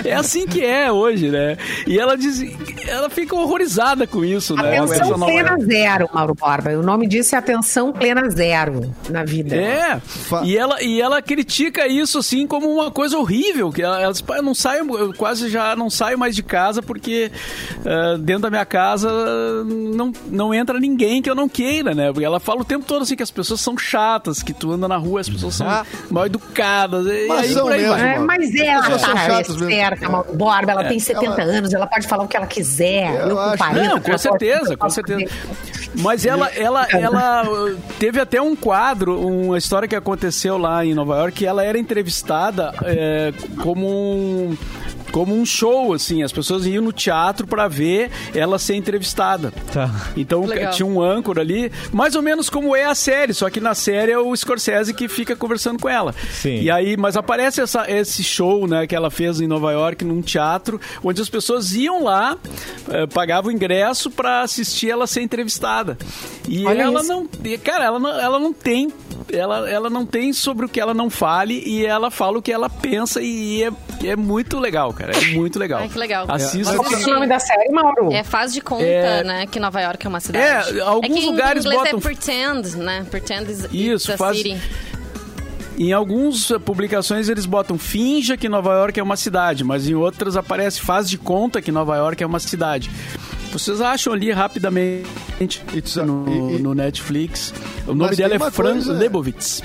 é assim que é hoje, né? E ela diz. Ela fica horrorizada com isso, né? Com essa
Atenção
nova-
é.
plena zero, Mauro Borba. O nome disso é atenção plena zero na vida.
É,
Fa-
e ela, e ela critica isso, assim, como uma coisa horrível, que ela, ela diz, "Pá, eu não saio, eu quase já não saio mais de casa, porque ah, dentro da minha casa não, não entra ninguém que eu não queira, né? Porque ela fala o tempo todo, assim, que as pessoas são chatas, que tu anda na rua, as pessoas são mal educadas, e
Ah. Mas
aí
são
por aí vai.
mesmo.
É, mas ela
pessoas são
tá
chatas mesmo. É.
certa, Mauro Borba. Ela tem 70
Ela-
anos, ela pode falar o que ela quiser.
Eu
Eu
acho-
com 40,
Não, com
ela
certeza,
pode-
com certeza. Mas ela, ela, ela uh, teve até um quadro, uma história que aconteceu lá em Nova York, que ela era entrevistada eh, como um como um show assim, as pessoas iam no teatro pra ver ela ser entrevistada.
Tá.
Então
Legal.
tinha um âncora ali, mais ou menos como é a série, só que na série é o Scorsese que fica conversando com ela.
Sim.
E aí, mas aparece essa- esse show, né, que ela fez em Nova York, num teatro, onde as pessoas iam lá, eh, pagavam o ingresso pra assistir ela ser entrevistada. E
Olha
ela
isso.
não, e, cara, ela não, ela não tem, ela, ela não tem sobre o que ela não fale e ela fala o que ela pensa e é, é muito legal, cara, é muito legal.
Ai, que legal.
Assista.
Vocês
Qual é
Sim.
o nome da série, Mauro?
É, faz de conta,
Oh. É.
né, que Nova York é uma cidade.
É, alguns
que em
lugares
inglês
botam-
é pretend, né? Pretend is
Isso,
it's a
faz-
city.
Em algumas publicações eles botam finja que Nova York é uma cidade, mas em outras aparece faz de conta que Nova York é uma cidade. Vocês acham ali rapidamente recente
It's a-
no,
e- e-
no Netflix. O nome
Mas
dela
tem
é
uma
Fran
coisa-
Lebowitz.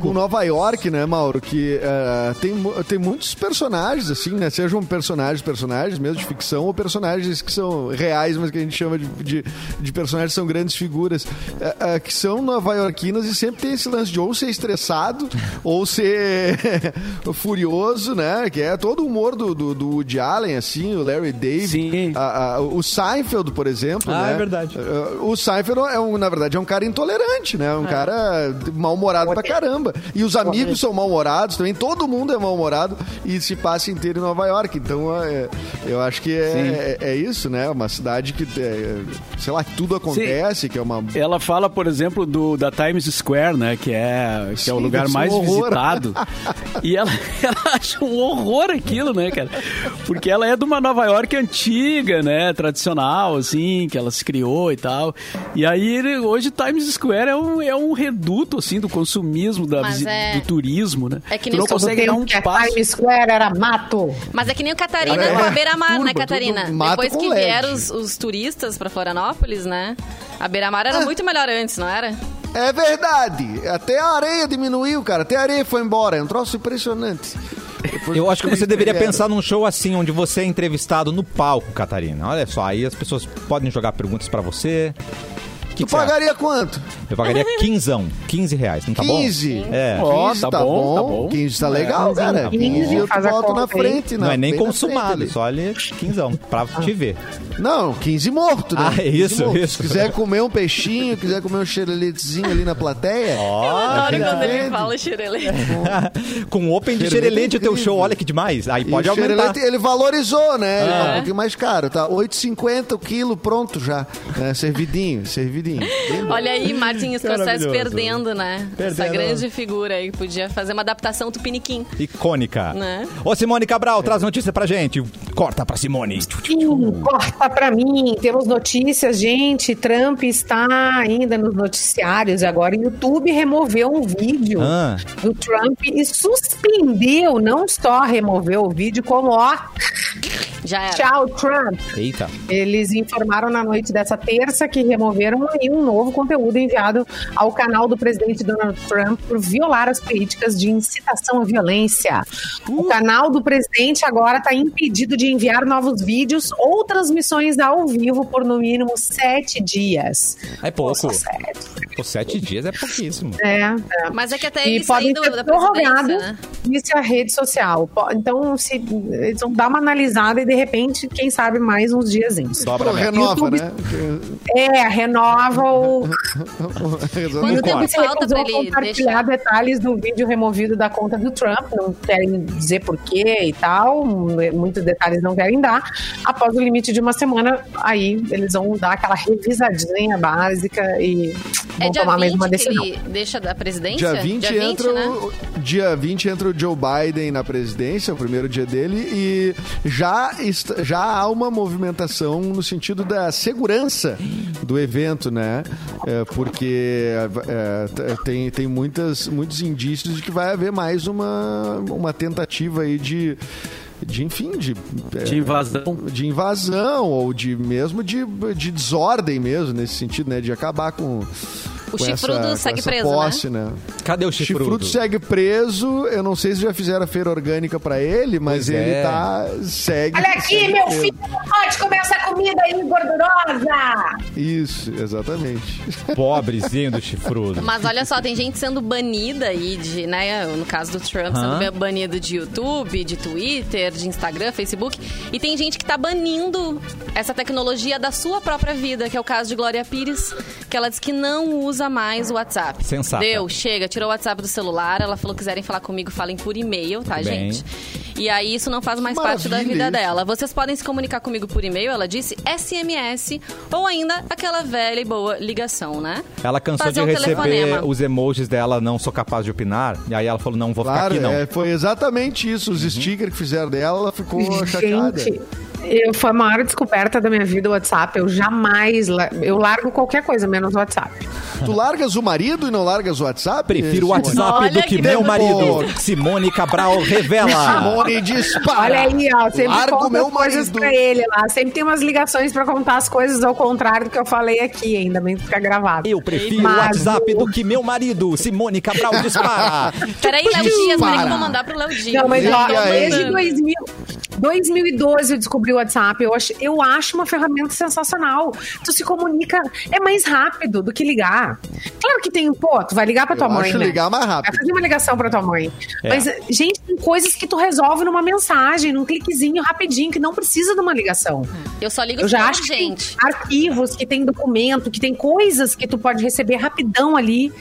com Nova York, né, Mauro? Que eh, tem, mu- tem muitos personagens, assim, né? Sejam personagens, personagens mesmo de ficção, ou personagens que são reais, mas que a gente chama de, de, de personagens, são grandes figuras, eh, eh, que são nova-iorquinas e sempre tem esse lance de ou ser estressado, ou ser furioso, né? Que é todo o humor do, do, do Woody Allen, assim, o Larry David,
Sim.
a- a- o Seinfeld, por exemplo.
Ah,
né?
é verdade.
Uh, O Seinfeld é um, na verdade, é um cara intolerante, né?
É.
Um cara mal-humorado pra caramba. E os amigos são mal-humorados também, todo mundo é mal-humorado e se passa inteiro em Nova York. Então, é, eu acho que é, é, é isso, né? Uma cidade que, é, sei lá, que tudo acontece, que é uma...
Ela fala, por exemplo, do, da Times Square, né? Que é, que é o
Sim,
lugar
deve ser um
mais
horror.
visitado. E ela, ela acha um horror aquilo, né, cara? Porque ela é de uma Nova York antiga, né? Tradicional, assim, que ela se criou e tal. E aí, ele- hoje, Times Square é um, é um reduto, assim, do consumismo, da,
Mas
visi-
é-
do turismo, né?
É que
Tu
nem
não
se fosse
consegue
Tem
dar
um
um
que é
passo.
Times Square, era mato.
Mas é que nem o Catarina
É,
com a beira-mar,
turma,
né, Catarina?
tudo mato
Depois
com
que
LED.
vieram os, os turistas pra Florianópolis, né? A beira-mar
Ah.
era muito melhor antes, não era?
É verdade! Até a areia diminuiu, cara. Até a areia foi embora. É um troço impressionante.
Eu acho que você
Eles
deveria
pegaram.
pensar num show assim, onde você é entrevistado no palco, Catarina. Olha só, aí as pessoas podem jogar perguntas pra você. Que
Tu
que você acha?
pagaria quanto?
Eu pagaria 15, 15 reais, não tá bom?
15?
É.
Ó,
15
tá bom, tá bom.
15 tá legal, cara.
15
15 eu
faz a
volto na
conta aí.
frente.
Não
na-
é nem
bem na
consumado,
frente
só ali 15, pra te ver.
ali. Não, 15 morto, né?
Ah,
15
isso,
morto.
isso.
Se quiser comer um peixinho, quiser comer um xereletezinho ali na plateia...
Ah,
Eu adoro
gente
quando ele
vende.
fala xerelê.
Com open de
Xerelete
xerelete o teu
incrível.
show, olha que demais. Aí
e
pode
o
aumentar. Ah.
xerelete, ele valorizou, né? Ele tá um pouquinho mais caro, tá? 8,50 o quilo, pronto já. né? Servidinho, servidinho. Bem bom.
Olha aí, Martin Scorsese
Maravilhoso.
perdendo, né? Essa
Perdendo.
grande figura aí. Podia fazer uma adaptação do Piniquim.
Icônica.
Né?
Ô, Simone Cabral, traz notícia pra gente. Corta pra Simone.
Sim, corta pra mim. Temos notícias, gente. Trump está ainda nos noticiários. Agora, o YouTube removeu um vídeo
Ah.
do Trump e suspendeu, não só removeu o vídeo, como ó,
Já era.
tchau, Trump.
Eita.
Eles informaram na noite dessa terça que removeram aí um novo conteúdo enviado ao canal do presidente Donald Trump por violar as políticas de incitação à violência. O canal do presidente agora está impedido de enviar novos vídeos ou transmissões ao vivo por no mínimo sete dias.
É pouco.
Só sete.
Pô, sete dias é pouquíssimo.
É, é
Mas é que até
e
ele
podem
saiu do-
ser
da presidência,
prorrogados,
né?
disse a rede social. Po- Então, se, eles vão dar uma analisada e, de repente, quem sabe, mais uns diazinhos.
Dobra a meta.
renova,
YouTube-
né?
É, renova o,
Quanto tempo
Eles
falta pra
resolvam
ele
compartilhar
deixar?
detalhes do vídeo removido da conta do Trump, não querem dizer porquê e tal, muitos detalhes não querem dar. Após o limite de uma semana, aí eles vão dar aquela revisadinha básica e
É
vão
dia
tomar mais
20
uma
que
decisão.
ele deixa da presidência?
Dia 20, entra
né?
o, dia 20 entra o Joe Biden na presidência, o primeiro dia dele, e já, est- já há uma movimentação no sentido da segurança do evento, né? É, porque é, t- tem, tem muitas, muitos indícios de que vai haver mais uma, uma tentativa aí de. De, enfim, de, é,
De invasão.
de invasão ou de mesmo de, de desordem mesmo nesse sentido, né, de acabar com
O
com
chifrudo
essa, com
segue
essa
preso, né?
posse, né?
Cadê o
O Chifrudo.
chifrudo?
segue preso. Eu não sei se já fizeram a feira orgânica pra ele, mas
Pois
ele
é.
tá segue.
Olha aqui,
segue
meu
preso.
filho, não pode comer essa comida aí gordurosa!
Isso, exatamente.
Pobrezinho do chifrudo.
Mas olha só, tem gente sendo banida aí de, né? No caso do Trump,
Aham.
sendo banido de YouTube, de Twitter, de Instagram, Facebook. E tem gente que tá banindo essa tecnologia da sua própria vida, que é o caso de Glória Pires, que ela diz que não usa mais o WhatsApp.
Sensata.
Deu, chega, tirou o WhatsApp do celular. Ela falou que quiserem falar comigo, falem por e-mail, tá,
Muito bem.
gente? E aí isso não faz mais parte da
Maravilha
vida
isso.
dela. Vocês podem se comunicar comigo por e-mail, ela disse, SMS, ou ainda aquela velha e boa ligação, né?
Ela cansou
Fazer
de
um
receber
telefonema.
os emojis dela, não sou capaz de opinar. E aí ela falou, não Uhum. vou ficar
Claro,
aqui não.
é, foi exatamente isso. Os stickers que fizeram dela, ela ficou chateada.
Gente, Eu, foi a maior descoberta da minha vida o WhatsApp. Eu jamais. la- Eu largo qualquer coisa, menos o WhatsApp.
Tu largas o marido e não largas o WhatsApp?
Prefiro o WhatsApp
Olha
do que,
que
meu
beleza.
marido. Simone Cabral revela.
Simone dispara.
Olha aí, ó. Sempre
Largo
conto
meu
as coisas
marido.
pra ele lá. Sempre tem umas ligações pra contar as coisas ao contrário do que eu falei aqui, ainda bem que fica gravado.
Eu prefiro o
Mas
WhatsApp
o-
do que meu marido. Simone Cabral dispara.
Peraí,
Tipo
Léo
Dispara.
Dias, peraí que eu vou mandar pro Léo Dias.
Não, mas
Liga
ó,
aí.
né?
desde 2000, 2012 eu descobri o WhatsApp. Eu acho, eu acho uma ferramenta sensacional. Tu se comunica, é mais rápido do que ligar. Claro que tem, pô, tu vai ligar pra
Eu
tua mãe,
acho
né?
ligar mais rápido.
Vai fazer uma ligação pra tua mãe.
É.
Mas, gente, tem coisas que tu resolve numa mensagem, num cliquezinho rapidinho, que não precisa de uma ligação.
Eu só ligo
Eu já acho que tem
gente.
arquivos, que tem documento, que tem coisas que tu pode receber rapidão ali,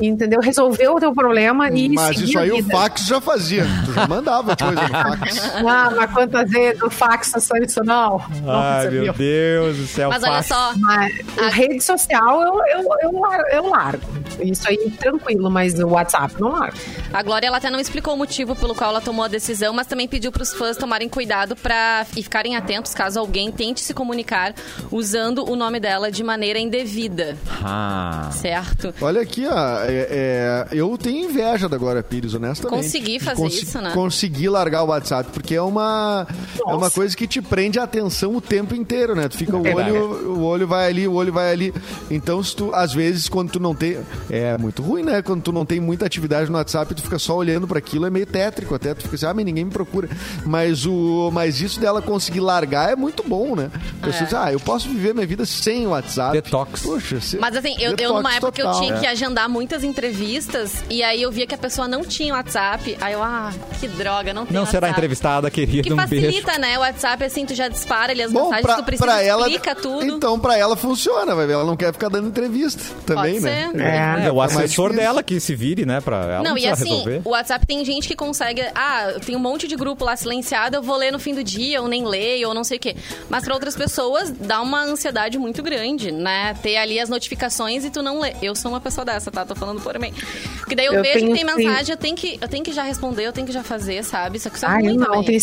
entendeu? Resolver o teu problema e
Mas
seguir
isso
a
aí o
vida.
fax já fazia. Tu já mandava coisa no fax.
Ah, mas quantas vezes o fax só isso não?
Ai, meu Deus do céu.
Mas olha
fax.
só,
Mas a rede social eu, eu, eu, lar- eu largo. Isso aí tranquilo, mas o WhatsApp não largo.
a Glória ela até não explicou o motivo pelo qual ela tomou a decisão, mas também pediu pros fãs tomarem cuidado para e ficarem atentos caso alguém tente se comunicar usando o nome dela de maneira indevida,
Ah.
certo?
Olha aqui, ó. é- é, eu tenho inveja da Glória Pires, honestamente.
Consegui
De
fazer isso, né?
Consegui largar o WhatsApp, porque é uma, é uma
Nossa.
coisa que te prende a atenção o tempo inteiro, né? Tu fica o
É Verdade.
olho, o olho vai ali, o olho vai ali. Então, se tu, às vezes, quando tu não tem. É muito ruim, né? Quando tu não tem muita atividade no WhatsApp, tu fica só olhando pra aquilo, é meio tétrico até. Tu fica assim, ah, mas ninguém me procura. Mas, o, mas isso dela conseguir largar é muito bom, né? A
É.
pessoa diz, ah, eu posso viver minha vida sem o WhatsApp.
Detox.
Poxa, se-
Mas assim, eu, eu
detox
numa época que eu
total.
tinha
É.
né?
que agendar muitas entrevistas e aí eu via que a pessoa não tinha WhatsApp. Aí eu, ah, que droga, não tem
Não será
WhatsApp.
entrevistada, querido.
Que
Um beijo.
facilita, né? O WhatsApp, assim, tu já dispara ali as mensagens,
pra-
tu precisa,
pra ela-
explica tudo.
Então, pra ela funciona, vai ver. Ela não quer ficar dando entrevista também,
Pode
né?
ser.
É, o
mais
assessor
difícil.
dela que se vire, né? Pra ela
Não,
não
e
precisa
assim,
resolver.
o WhatsApp tem gente que consegue. Ah, tem um monte de grupo lá silenciado, eu vou ler no fim do dia, ou nem leio, ou não sei o quê. Mas pra outras pessoas, dá uma ansiedade muito grande, né? Ter ali as notificações e tu não lê. Eu sou uma pessoa dessa, tá? Tô falando por mim. Porque daí eu,
Eu
vejo que
tenho
tem
sim.
mensagem, eu tenho que, eu tenho que já responder, eu tenho que já fazer, sabe? Isso, isso é
Ai,
ruim
não,
também.
tem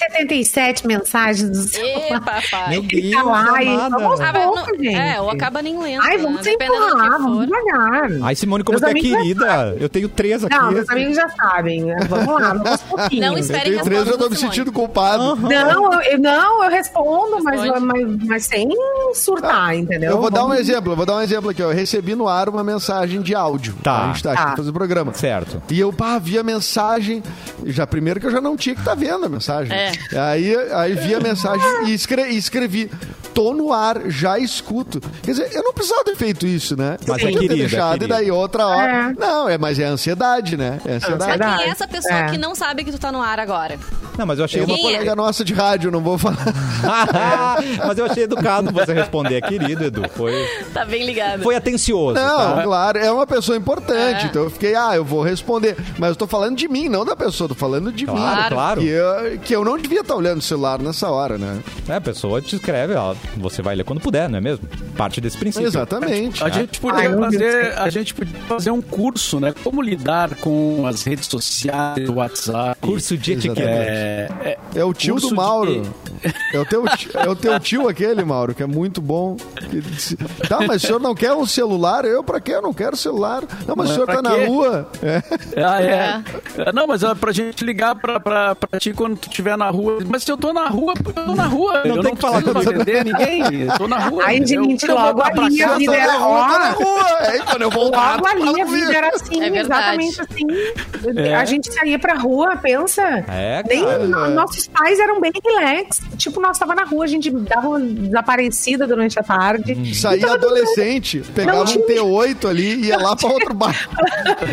677 mensagens do celular.
Epa, pai.
Ele tá lá e
amada.
vamos
Ah,
ah,
vai-
pouco,
não-
gente.
é, ou acaba nem lendo.
Ai,
né?
vamos se
Dependendo do
empurrar,
que for.
vamos devagar.
Ai, Simone, como
Meus
tu é
amigos já
querida. Eu tenho três aqui.
Não, meus amigos já sabem. né? Vamos lá, vamos aos pouquinhos.
Não espere-
Eu tenho três, eu tô tá me
Simone.
sentindo culpado.
Não, eu, eu- não, eu respondo, mas,
Responde.
mas, mas sem surtar, entendeu?
Eu vou dar um
Vamos-
exemplo, eu vou dar um exemplo aqui, ó. Eu recebi no ar uma mensagem de áudio.
Tá.
A gente tá aqui
Tá.
pra fazer o programa.
Certo.
E eu, pá, vi a mensagem. Já, primeiro que eu já não tinha que tá vendo a mensagem.
É.
Aí, aí vi a mensagem e escre- e escrevi. Tô no ar, já escuto. Quer dizer, eu não precisava ter feito isso, né? eu
Mas é
podia ter
querida, é
deixado e
querida.
daí outra hora.
É.
Não, é, mas é ansiedade, né? É ansiedade.
Mas quem é
Verdade.
essa pessoa
É.
que não sabe que tu tá no ar agora?
Não, mas eu achei
Tem uma
Quem é?
colega nossa de rádio, não vou falar.
mas eu achei educado você responder, querido, Edu. Foi,
Tá bem ligado.
foi atencioso.
Não,
tá?
claro, é uma pessoa importante.
É.
Então eu fiquei, ah, eu vou responder. Mas eu tô falando de mim, não da pessoa, tô falando de mim.
Claro, claro.
Que eu, que eu não devia estar olhando o celular nessa hora, né?
É, a pessoa te escreve, ó, você vai ler quando puder, não é mesmo? Parte desse princípio.
Exatamente.
A gente,
Ai,
podia
meu Deus.
fazer, a gente podia fazer um curso, né? Como lidar com as redes sociais, o WhatsApp.
Curso de
Exatamente.
etiqueta.
É, é,
É o tio
Curso
do Mauro.
de-
É o, teu, ti- é o teu tio aquele, Mauro, que é muito bom. Ele disse, tá, mas o senhor não quer um celular? Eu, pra quê? Eu não quero celular. Não, mas,
Mas
o senhor
pra
tá na
quê?
rua. É.
Ah, é. É, Não, mas ó, pra gente ligar pra, pra, pra ti quando tu estiver na rua. Mas se eu tô na rua, eu tô na rua. eu
tem
não
que falar
preciso
com-
atender ninguém. Eu tô na rua.
Ai,
entendeu?
gente,
Eu vou
logo
pra
ali
casa,
a vida
Eu tô tá na
era
rua, eu tô na
ó.
rua. É, Aí, quando eu voltar,
Logo
tu fala
ali a vida
comigo.
era assim,
É verdade.
exatamente assim.
É.
A gente saía pra rua, pensa.
É,
Nem
cara.
no- nossos pais eram bem relax. Tipo, nós tava na rua, a gente dava uma desaparecida durante a tarde. Então, E
Hum. Saía
tava tudo bem.
adolescente, pegava um
tinha-
T8 ali e ia lá pra outro bar.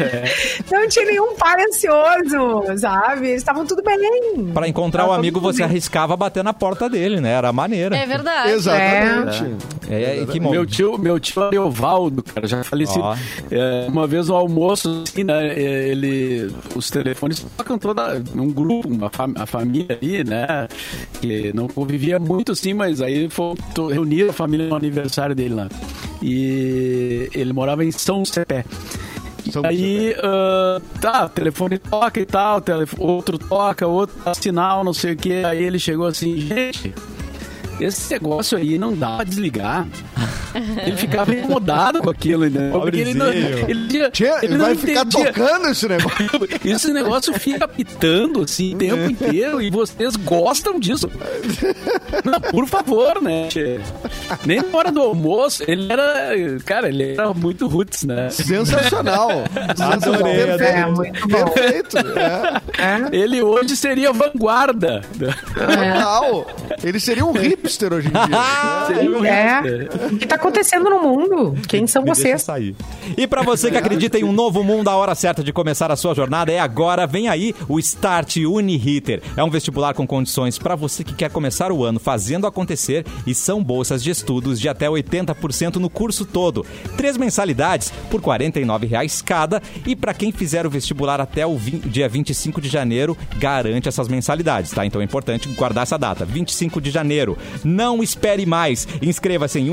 Não tinha nenhum pai ansioso, sabe? Eles estavam tudo bem.
Pra encontrar o
Tava
amigo,
tudo
você
bem.
arriscava bater na porta dele, né? Era a maneira.
É
Ah,
verdade.
Exatamente.
É, e que bom.
Meu tio, meu tio Ariovaldo, cara, já falecido.
Ó.
É, uma vez no almoço, assim, né, é, ele, os telefones tocam toda um grupo, uma fam- a família ali, né, que não convivia muito, assim, mas aí foi to- reunir a família no aniversário dele lá. E ele morava em São Cepé.
São
aí, ah, tá, o telefone toca e tal, o telefo- outro toca, outro dá sinal, não sei o que. Aí ele chegou assim, gente, Esse negócio aí não dá pra desligar. Ele ficava incomodado com aquilo, né? Porque ele não,
Pobrezinho.
ele,
Tchê, ele
não
vai ficar
entendia.
tocando esse negócio.
Esse negócio fica pitando assim o tempo inteiro e vocês gostam disso. Não, por favor, né? tchê? Nem na hora do almoço, ele era. Cara, ele era muito roots, né?
Sensacional. Sensacional.
Adorei,
É,
Perfeito.
muito bom.
Perfeito. É.
Ele hoje seria vanguarda.
Total. Ele seria um hipster hoje em dia.
Seria um hipster.
É. O que tá acontecendo no mundo? Quem são
Me deixa
vocês?
sair. E pra você que acredita em um novo mundo, a hora certa de começar a sua jornada é agora. Vem aí o Start Uniriter. É um vestibular com condições pra você que quer começar o ano fazendo acontecer e são bolsas de estudos de até 80% no curso todo. Três mensalidades por R$ 49 reais cada e pra quem fizer o vestibular até o vin- dia 25 de janeiro, garante essas mensalidades, tá? Então é importante guardar essa data, 25 de janeiro. Não espere mais. Inscreva-se em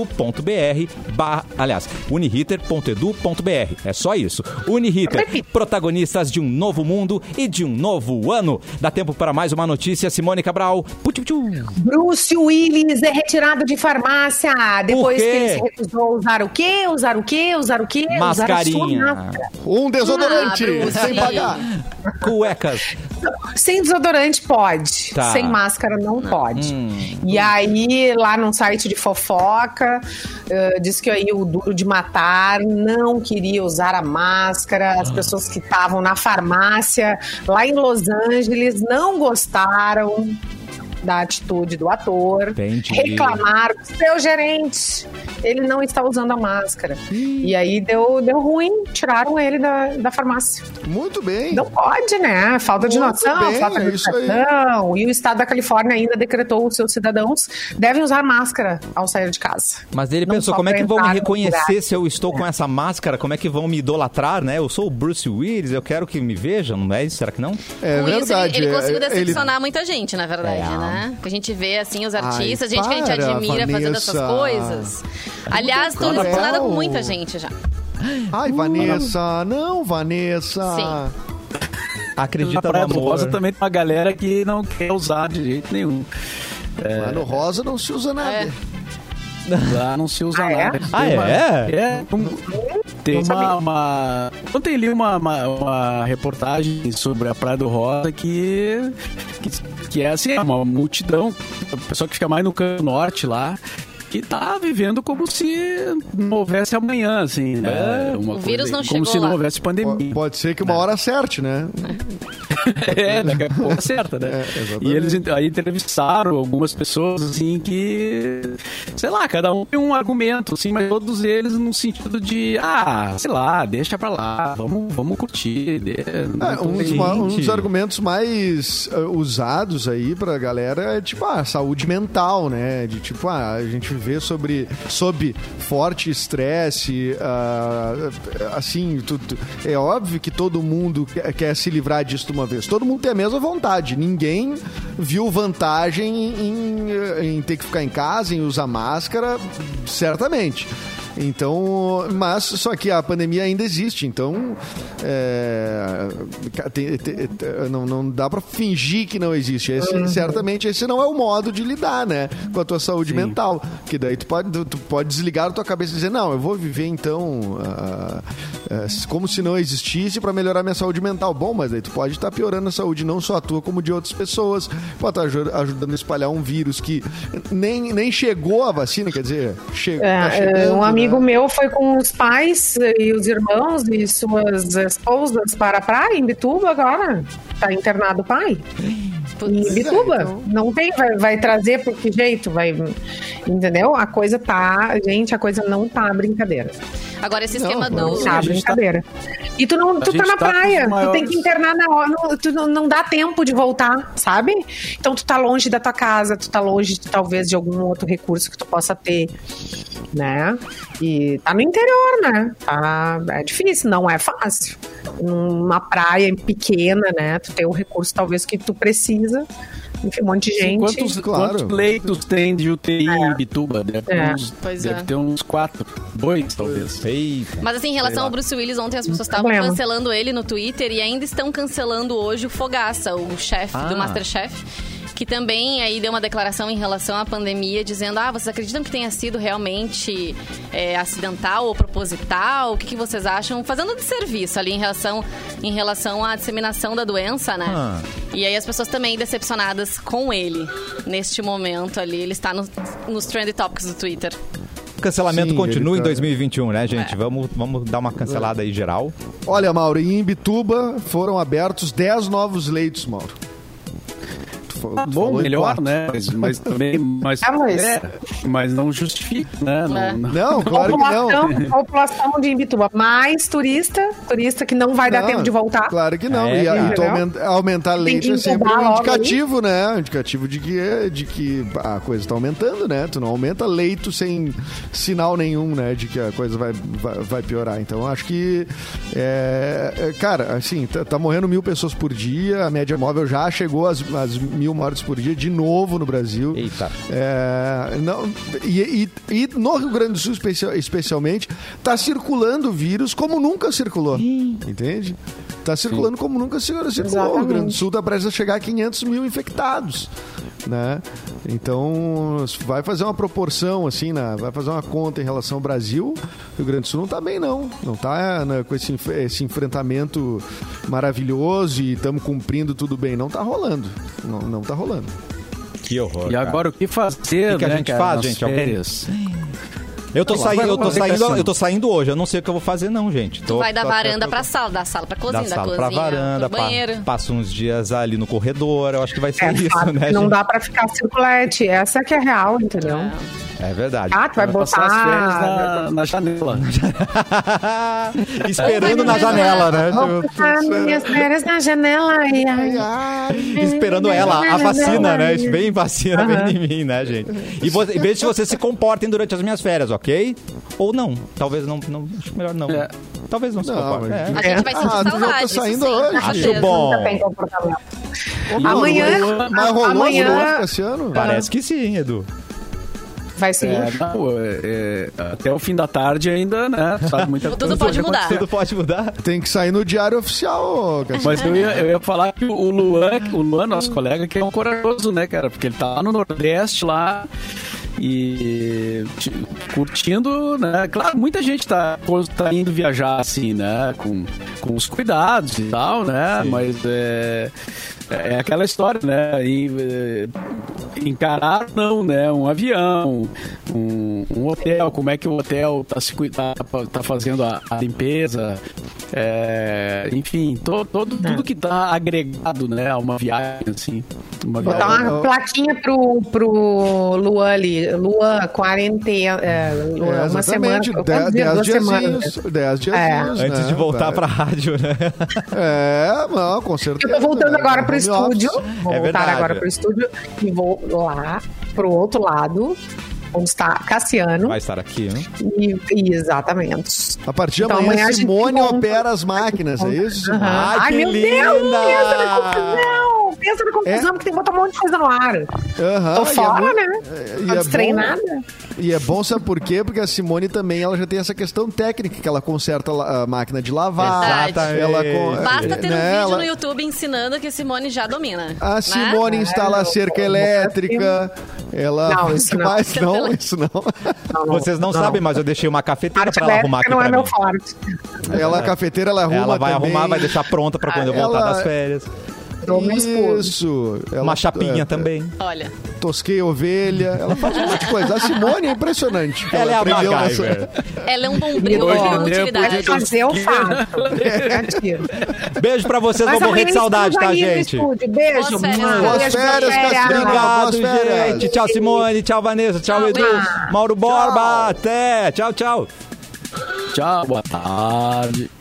uniriter.edu.br barra, aliás, uniriter.edu.br. É só isso. Uniriter, protagonistas de um novo mundo e de um novo ano. Dá tempo para mais uma notícia, Simone Cabral. Putiu,
Bruce Willis é retirado de farmácia depois que
quê?
ele se recusou a usar o quê? Usar o quê? Usar o quê? Usar a
Mascarinha.
sonata.
Um desodorante.
Ah, Bruce.
sem pagar.
cuecas.
Sem desodorante pode,
Tá. Hum.
sem máscara não, pode. E aí, lá num site de fofoca, eh, diz que aí o Duro de Matar não queria usar a máscara.
Ah.
As pessoas que estavam na farmácia lá em Los Angeles não gostaram da atitude do ator.
Entendi.
Reclamaram do seu gerente. Ele não está usando a máscara. E aí deu, deu ruim, tiraram ele da, da farmácia.
Muito bem.
Não pode, né? Falta de
Muito
noção,
bem,
falta de
é isso aí.
educação. E o estado da Califórnia ainda decretou os seus cidadãos devem usar máscara ao sair de casa.
Mas ele
Não
pensou,
só
como é que
pra
vão me
entrar no
reconhecer
lugar.
se eu estou com essa máscara? Como é que vão me idolatrar, né? Eu sou o Bruce Willis, eu quero que me vejam, não é isso? Será que não?
É
Com isso,
verdade.
ele, ele
é-
conseguiu
ele-
decepcionar muita gente, na verdade, né? Que a gente vê, assim, os artistas,
Ai,
gente que a gente
para,
admira fazendo essas
Vanessa.
coisas. Aliás, tô
legal.
relacionada com muita gente já.
Ai, Vanessa. Não, Vanessa.
Sim.
Na
Acredita no
Praia do
amor.
Rosa também tem uma galera que não quer usar de jeito nenhum.
Lá no rosa não se usa nada.
É.
Lá não se usa
Ah, é?
nada. Tem
Ah,
uma-
é?
É. um- Tem uma, uma- Ontem li uma, uma, uma reportagem sobre a Praia do Rosa que, que, que é assim, é uma multidão. O pessoal que fica mais no canto norte lá. Que tá vivendo como se não houvesse amanhã, assim,
É.
né? Uma
O vírus não
Como
chegou
se não
lá.
houvesse pandemia.
Po- Pode ser que uma hora acerte, né?
É, daqui a pouco acerta, né?
É, exatamente.
e eles aí entrevistaram algumas pessoas, assim, que. Sei lá, cada um tem um argumento, assim, mas todos eles no sentido de, ah, sei lá, deixa pra lá, vamos, vamos curtir. de- Então, assim,
É,
não
um, dos,
tem-
ma- um dos argumentos mais eh, usados aí pra galera é tipo a saúde mental, né? De tipo, ah, a gente vê sobre sob forte estresse, ah, assim, tu- tu- é óbvio que todo mundo quer, quer se livrar disso de uma vez. Todo mundo tem a mesma vontade. Ninguém viu vantagem em, eh, em ter que ficar em casa, em usar máscara, certamente. Então, mas só que a pandemia ainda existe, então é, ca- tem- tem- tem- não, não dá pra fingir que não existe. Esse- Certamente esse não é o modo de lidar, né, com a tua saúde mental, que daí tu pode, tu- tu pode desligar a tua cabeça e dizer não, eu vou viver então ah, ah, como se não existisse pra melhorar minha saúde mental. Bom, mas daí tu pode estar piorando a saúde não só a tua como de outras pessoas, pode estar aju- ajudando a espalhar um vírus que nem, nem chegou a vacina, quer dizer, che
É,
tá
é,
chegando,
um
né?
amigo meu foi com os pais eh, e os irmãos e suas esposas para a praia em Bituba agora. Tá internado o pai. Em
Putz.
Bituba.
Então-
Não tem, vai, vai trazer por que jeito? Vai, entendeu? A coisa tá. Gente, a coisa não tá brincadeira.
Agora, esse esquema
não,
do.
Tá,
A gente tá-
brincadeira. E tu não, tu
gente
tá na
tá com os
praia, tu tem
maiores-
que internar na hora, não- tu não, não dá tempo de voltar, sabe? Então tu tá longe da tua casa, tu tá longe talvez de algum outro recurso que tu possa ter, né? E tá no interior, né? Tá, é difícil, não é fácil. Uma praia pequena, né? Tu tem o recurso talvez que tu precisa. Enfim, um monte de gente.
Quantos,
claro.
quantos leitos tem de UTI em Bituba? Deve, ter
É.
uns,
Pois
deve
é.
ter uns quatro, dois talvez.
Eita.
Mas assim, em relação ao Bruce Willis, ontem as pessoas estavam
problema.
cancelando ele no Twitter e ainda estão cancelando hoje o Fogaça, o chefe
Ah.
do Masterchef. que também aí deu uma declaração em relação à pandemia, dizendo: ah, vocês acreditam que tenha sido realmente é, acidental ou proposital? O que, que vocês acham? Fazendo de serviço ali em relação, em relação à disseminação da doença, né?
Ah.
E aí as pessoas também decepcionadas com ele neste momento ali. Ele está nos- nos trend topics do Twitter.
O cancelamento
Sim,
continua
ele
em
tá-
2021, né,
É.
gente? Vamos, vamos dar uma cancelada aí geral.
Olha, Mauro, em Imbituba foram abertos 10 novos leitos, Mauro. Tu fa- tu
Bom,
falou em
melhor,
quatro.
né? Mas, mas também. Mas,
Ah, mas-
é, mas não justifica, né?
É.
Não, não-
Não, claro que não.
população, população de Imbituba. Mais turista, turista que não vai dar
Não,
tempo de voltar.
Ah, Claro que não.
É,
e a-
cara.
e tu aumenta- aumentar leite
que
é sempre
entubar
um
logo
indicativo, né? Um indicativo de que, de que a coisa tá aumentando, né? Tu não aumenta leito sem sinal nenhum, né? De que a coisa vai, vai, vai piorar. Então, acho que... é, é, cara, assim, tá, tá morrendo mil pessoas por dia. A média móvel já chegou às, às mil mortes por dia de novo no Brasil.
Eita.
É, não, e, e- e no Rio Grande do Sul, especi- especialmente, está circulando o vírus como nunca circulou. Entende? Está circulando como nunca cir- circulou. O Rio Grande do Sul está prestes a chegar a 500 mil infectados. Né? Então, vai fazer uma proporção, assim, né? vai fazer uma conta em relação ao Brasil. O Rio Grande do Sul não está bem, não. Não está com esse, enf- esse enfrentamento maravilhoso e estamos cumprindo tudo bem. Não está rolando. Não, não tá rolando.
Que horror.
E
cara.
agora o que fazer?
O que que a
né,
gente
cara,
faz,
nas
gente? Algum-
Férias?
Eu tô, saindo, eu, tô
vamos ver
saindo,
questão.
eu tô saindo hoje, eu não sei o que eu vou fazer, não, gente.
Tu
Tô-
vai da
tô-
varanda
tô-
pra sala, da sala pra cozinha,
da
da,
sala
cozinha
pra varanda,
pro
pa,
banheiro.
passa uns dias ali no corredor, eu acho que vai ser
É,
isso,
fato,
né,
não
gente?
dá pra ficar circulante. Essa que é real, entendeu?
É verdade.
Ah, tu vai
Passar as férias
botar.
na, na janela.
Ah.
Esperando na janela, né?
Vou botar minhas férias na janela. Ai, ai.
Esperando ela, a vacina, né? Vem vacina,
Aham.
vem em mim, né, gente? E vo- e veja se vocês se comportem durante as minhas férias, ok? Ou não. Talvez não. não acho melhor não.
É.
Talvez não se
Não,
comportem.
mas-
A
É.
gente vai sentir
Ah, tu já tá
saudade. isso
saindo
sim,
hoje.
com
Acho
certeza.
bom.
Nunca tem comportamento.
Amanhã-
Ah,
Mas rolou,
amanhã-
rolou esse ano?
Tá.
Parece que sim, Edu.
Vai seguir.
É, não, é, é, até o fim da tarde ainda, né? Sabe muita
Tudo
coisa
pode
que
mudar.
aconteceu.
Tudo pode mudar.
Tem que sair no diário oficial, Cassiano.
Mas
né?
eu ia, eu ia falar que o Luan, o Luan, nosso colega, que é um corajoso, né, cara? Porque ele tá lá no Nordeste, lá e t- curtindo, né? Claro, muita gente tá, tá indo viajar assim, né? Com, com os cuidados e tal, né? Mas é, é aquela história, né? E, é, encarar não, né? Um avião, um, um hotel, como é que o hotel tá, se, cui- tá, tá fazendo a, a limpeza, é, enfim, to, todo, tudo que tá agregado, né? A uma viagem, assim. Uma
Botar
viagem.
uma plaquinha pro, pro Luan ali. Luan, quarentena. É, Luan,
É,
uma semana.
exatamente,
quantos dias?
dez- dez
Duas semanas. É.
diazinhos, dez diazinhos, né?
Antes de voltar pra rádio, né?
É, não, com
Eu
certeza.
tô voltando
né?
agora pro
Home
estúdio.
office.
Vou
É
voltar
verdade.
agora pro estúdio e vou lá pro outro lado, onde está Cassiano.
Vai estar aqui, né?
E, e exatamente.
A partir de
Então,
amanhã,
amanhã a gente
Simone
volta.
opera as máquinas, é isso?
Aham.
Ai, que
meu Deus,
linda!
pensa na confusão! Pensa na confusão, porque tem que botar um monte de coisa no ar.
Aham,
Tô
É? e é
fora,
muito-
né?
e
Tô
é
destreinada.
E é bom, sabe por quê? Porque a Simone também ela já tem essa questão técnica, que ela conserta la- a máquina de lavar.
Verdade.
Ela co-
Basta ter um
né,
vídeo
ela-
no YouTube ensinando que a Simone já domina.
A
né?
Simone instala a
eu-
cerca
eu-
elétrica. Ela.
Não, isso não.
Mas não, isso não.
Vocês não, sabem, mas eu deixei uma cafeteira
Arte
pra ela arrumar
elétrica
aqui
não
pra
é meu
mim.
forte.
Ela, a cafeteira, ela arruma
Ela vai
também.
arrumar, vai deixar pronta pra quando eu voltar
Ela-
das férias.
Dou meu esposo.
Isso. Ela-
uma chapinha
é,
também.
Olha.
Tosquei ovelha. Ela faz um monte de coisa. A Simone é impressionante.
Ela é a
aprendeu nessa-
MacGyver.
Ela é um bombril
Hoje
de
em
dia eu
utilidade.
podia
Fazer eu faço. Garantido.
Beijo pra vocês,
Mas
vou morrer
amanhã
de
estamos
saudade, tá,
aí no
gente?
estúdio. Beijo.
Boas férias.
Beijo,
Boas férias,
Cassiano.
Cassiano.
Obrigado,
Boas férias.
gente. Tchau, Simone. Tchau, Vanessa. Tchau,
Tchau,
Edu.
beijo.
Mauro Borba. Até. Tchau, tchau.
Tchau, boa tarde.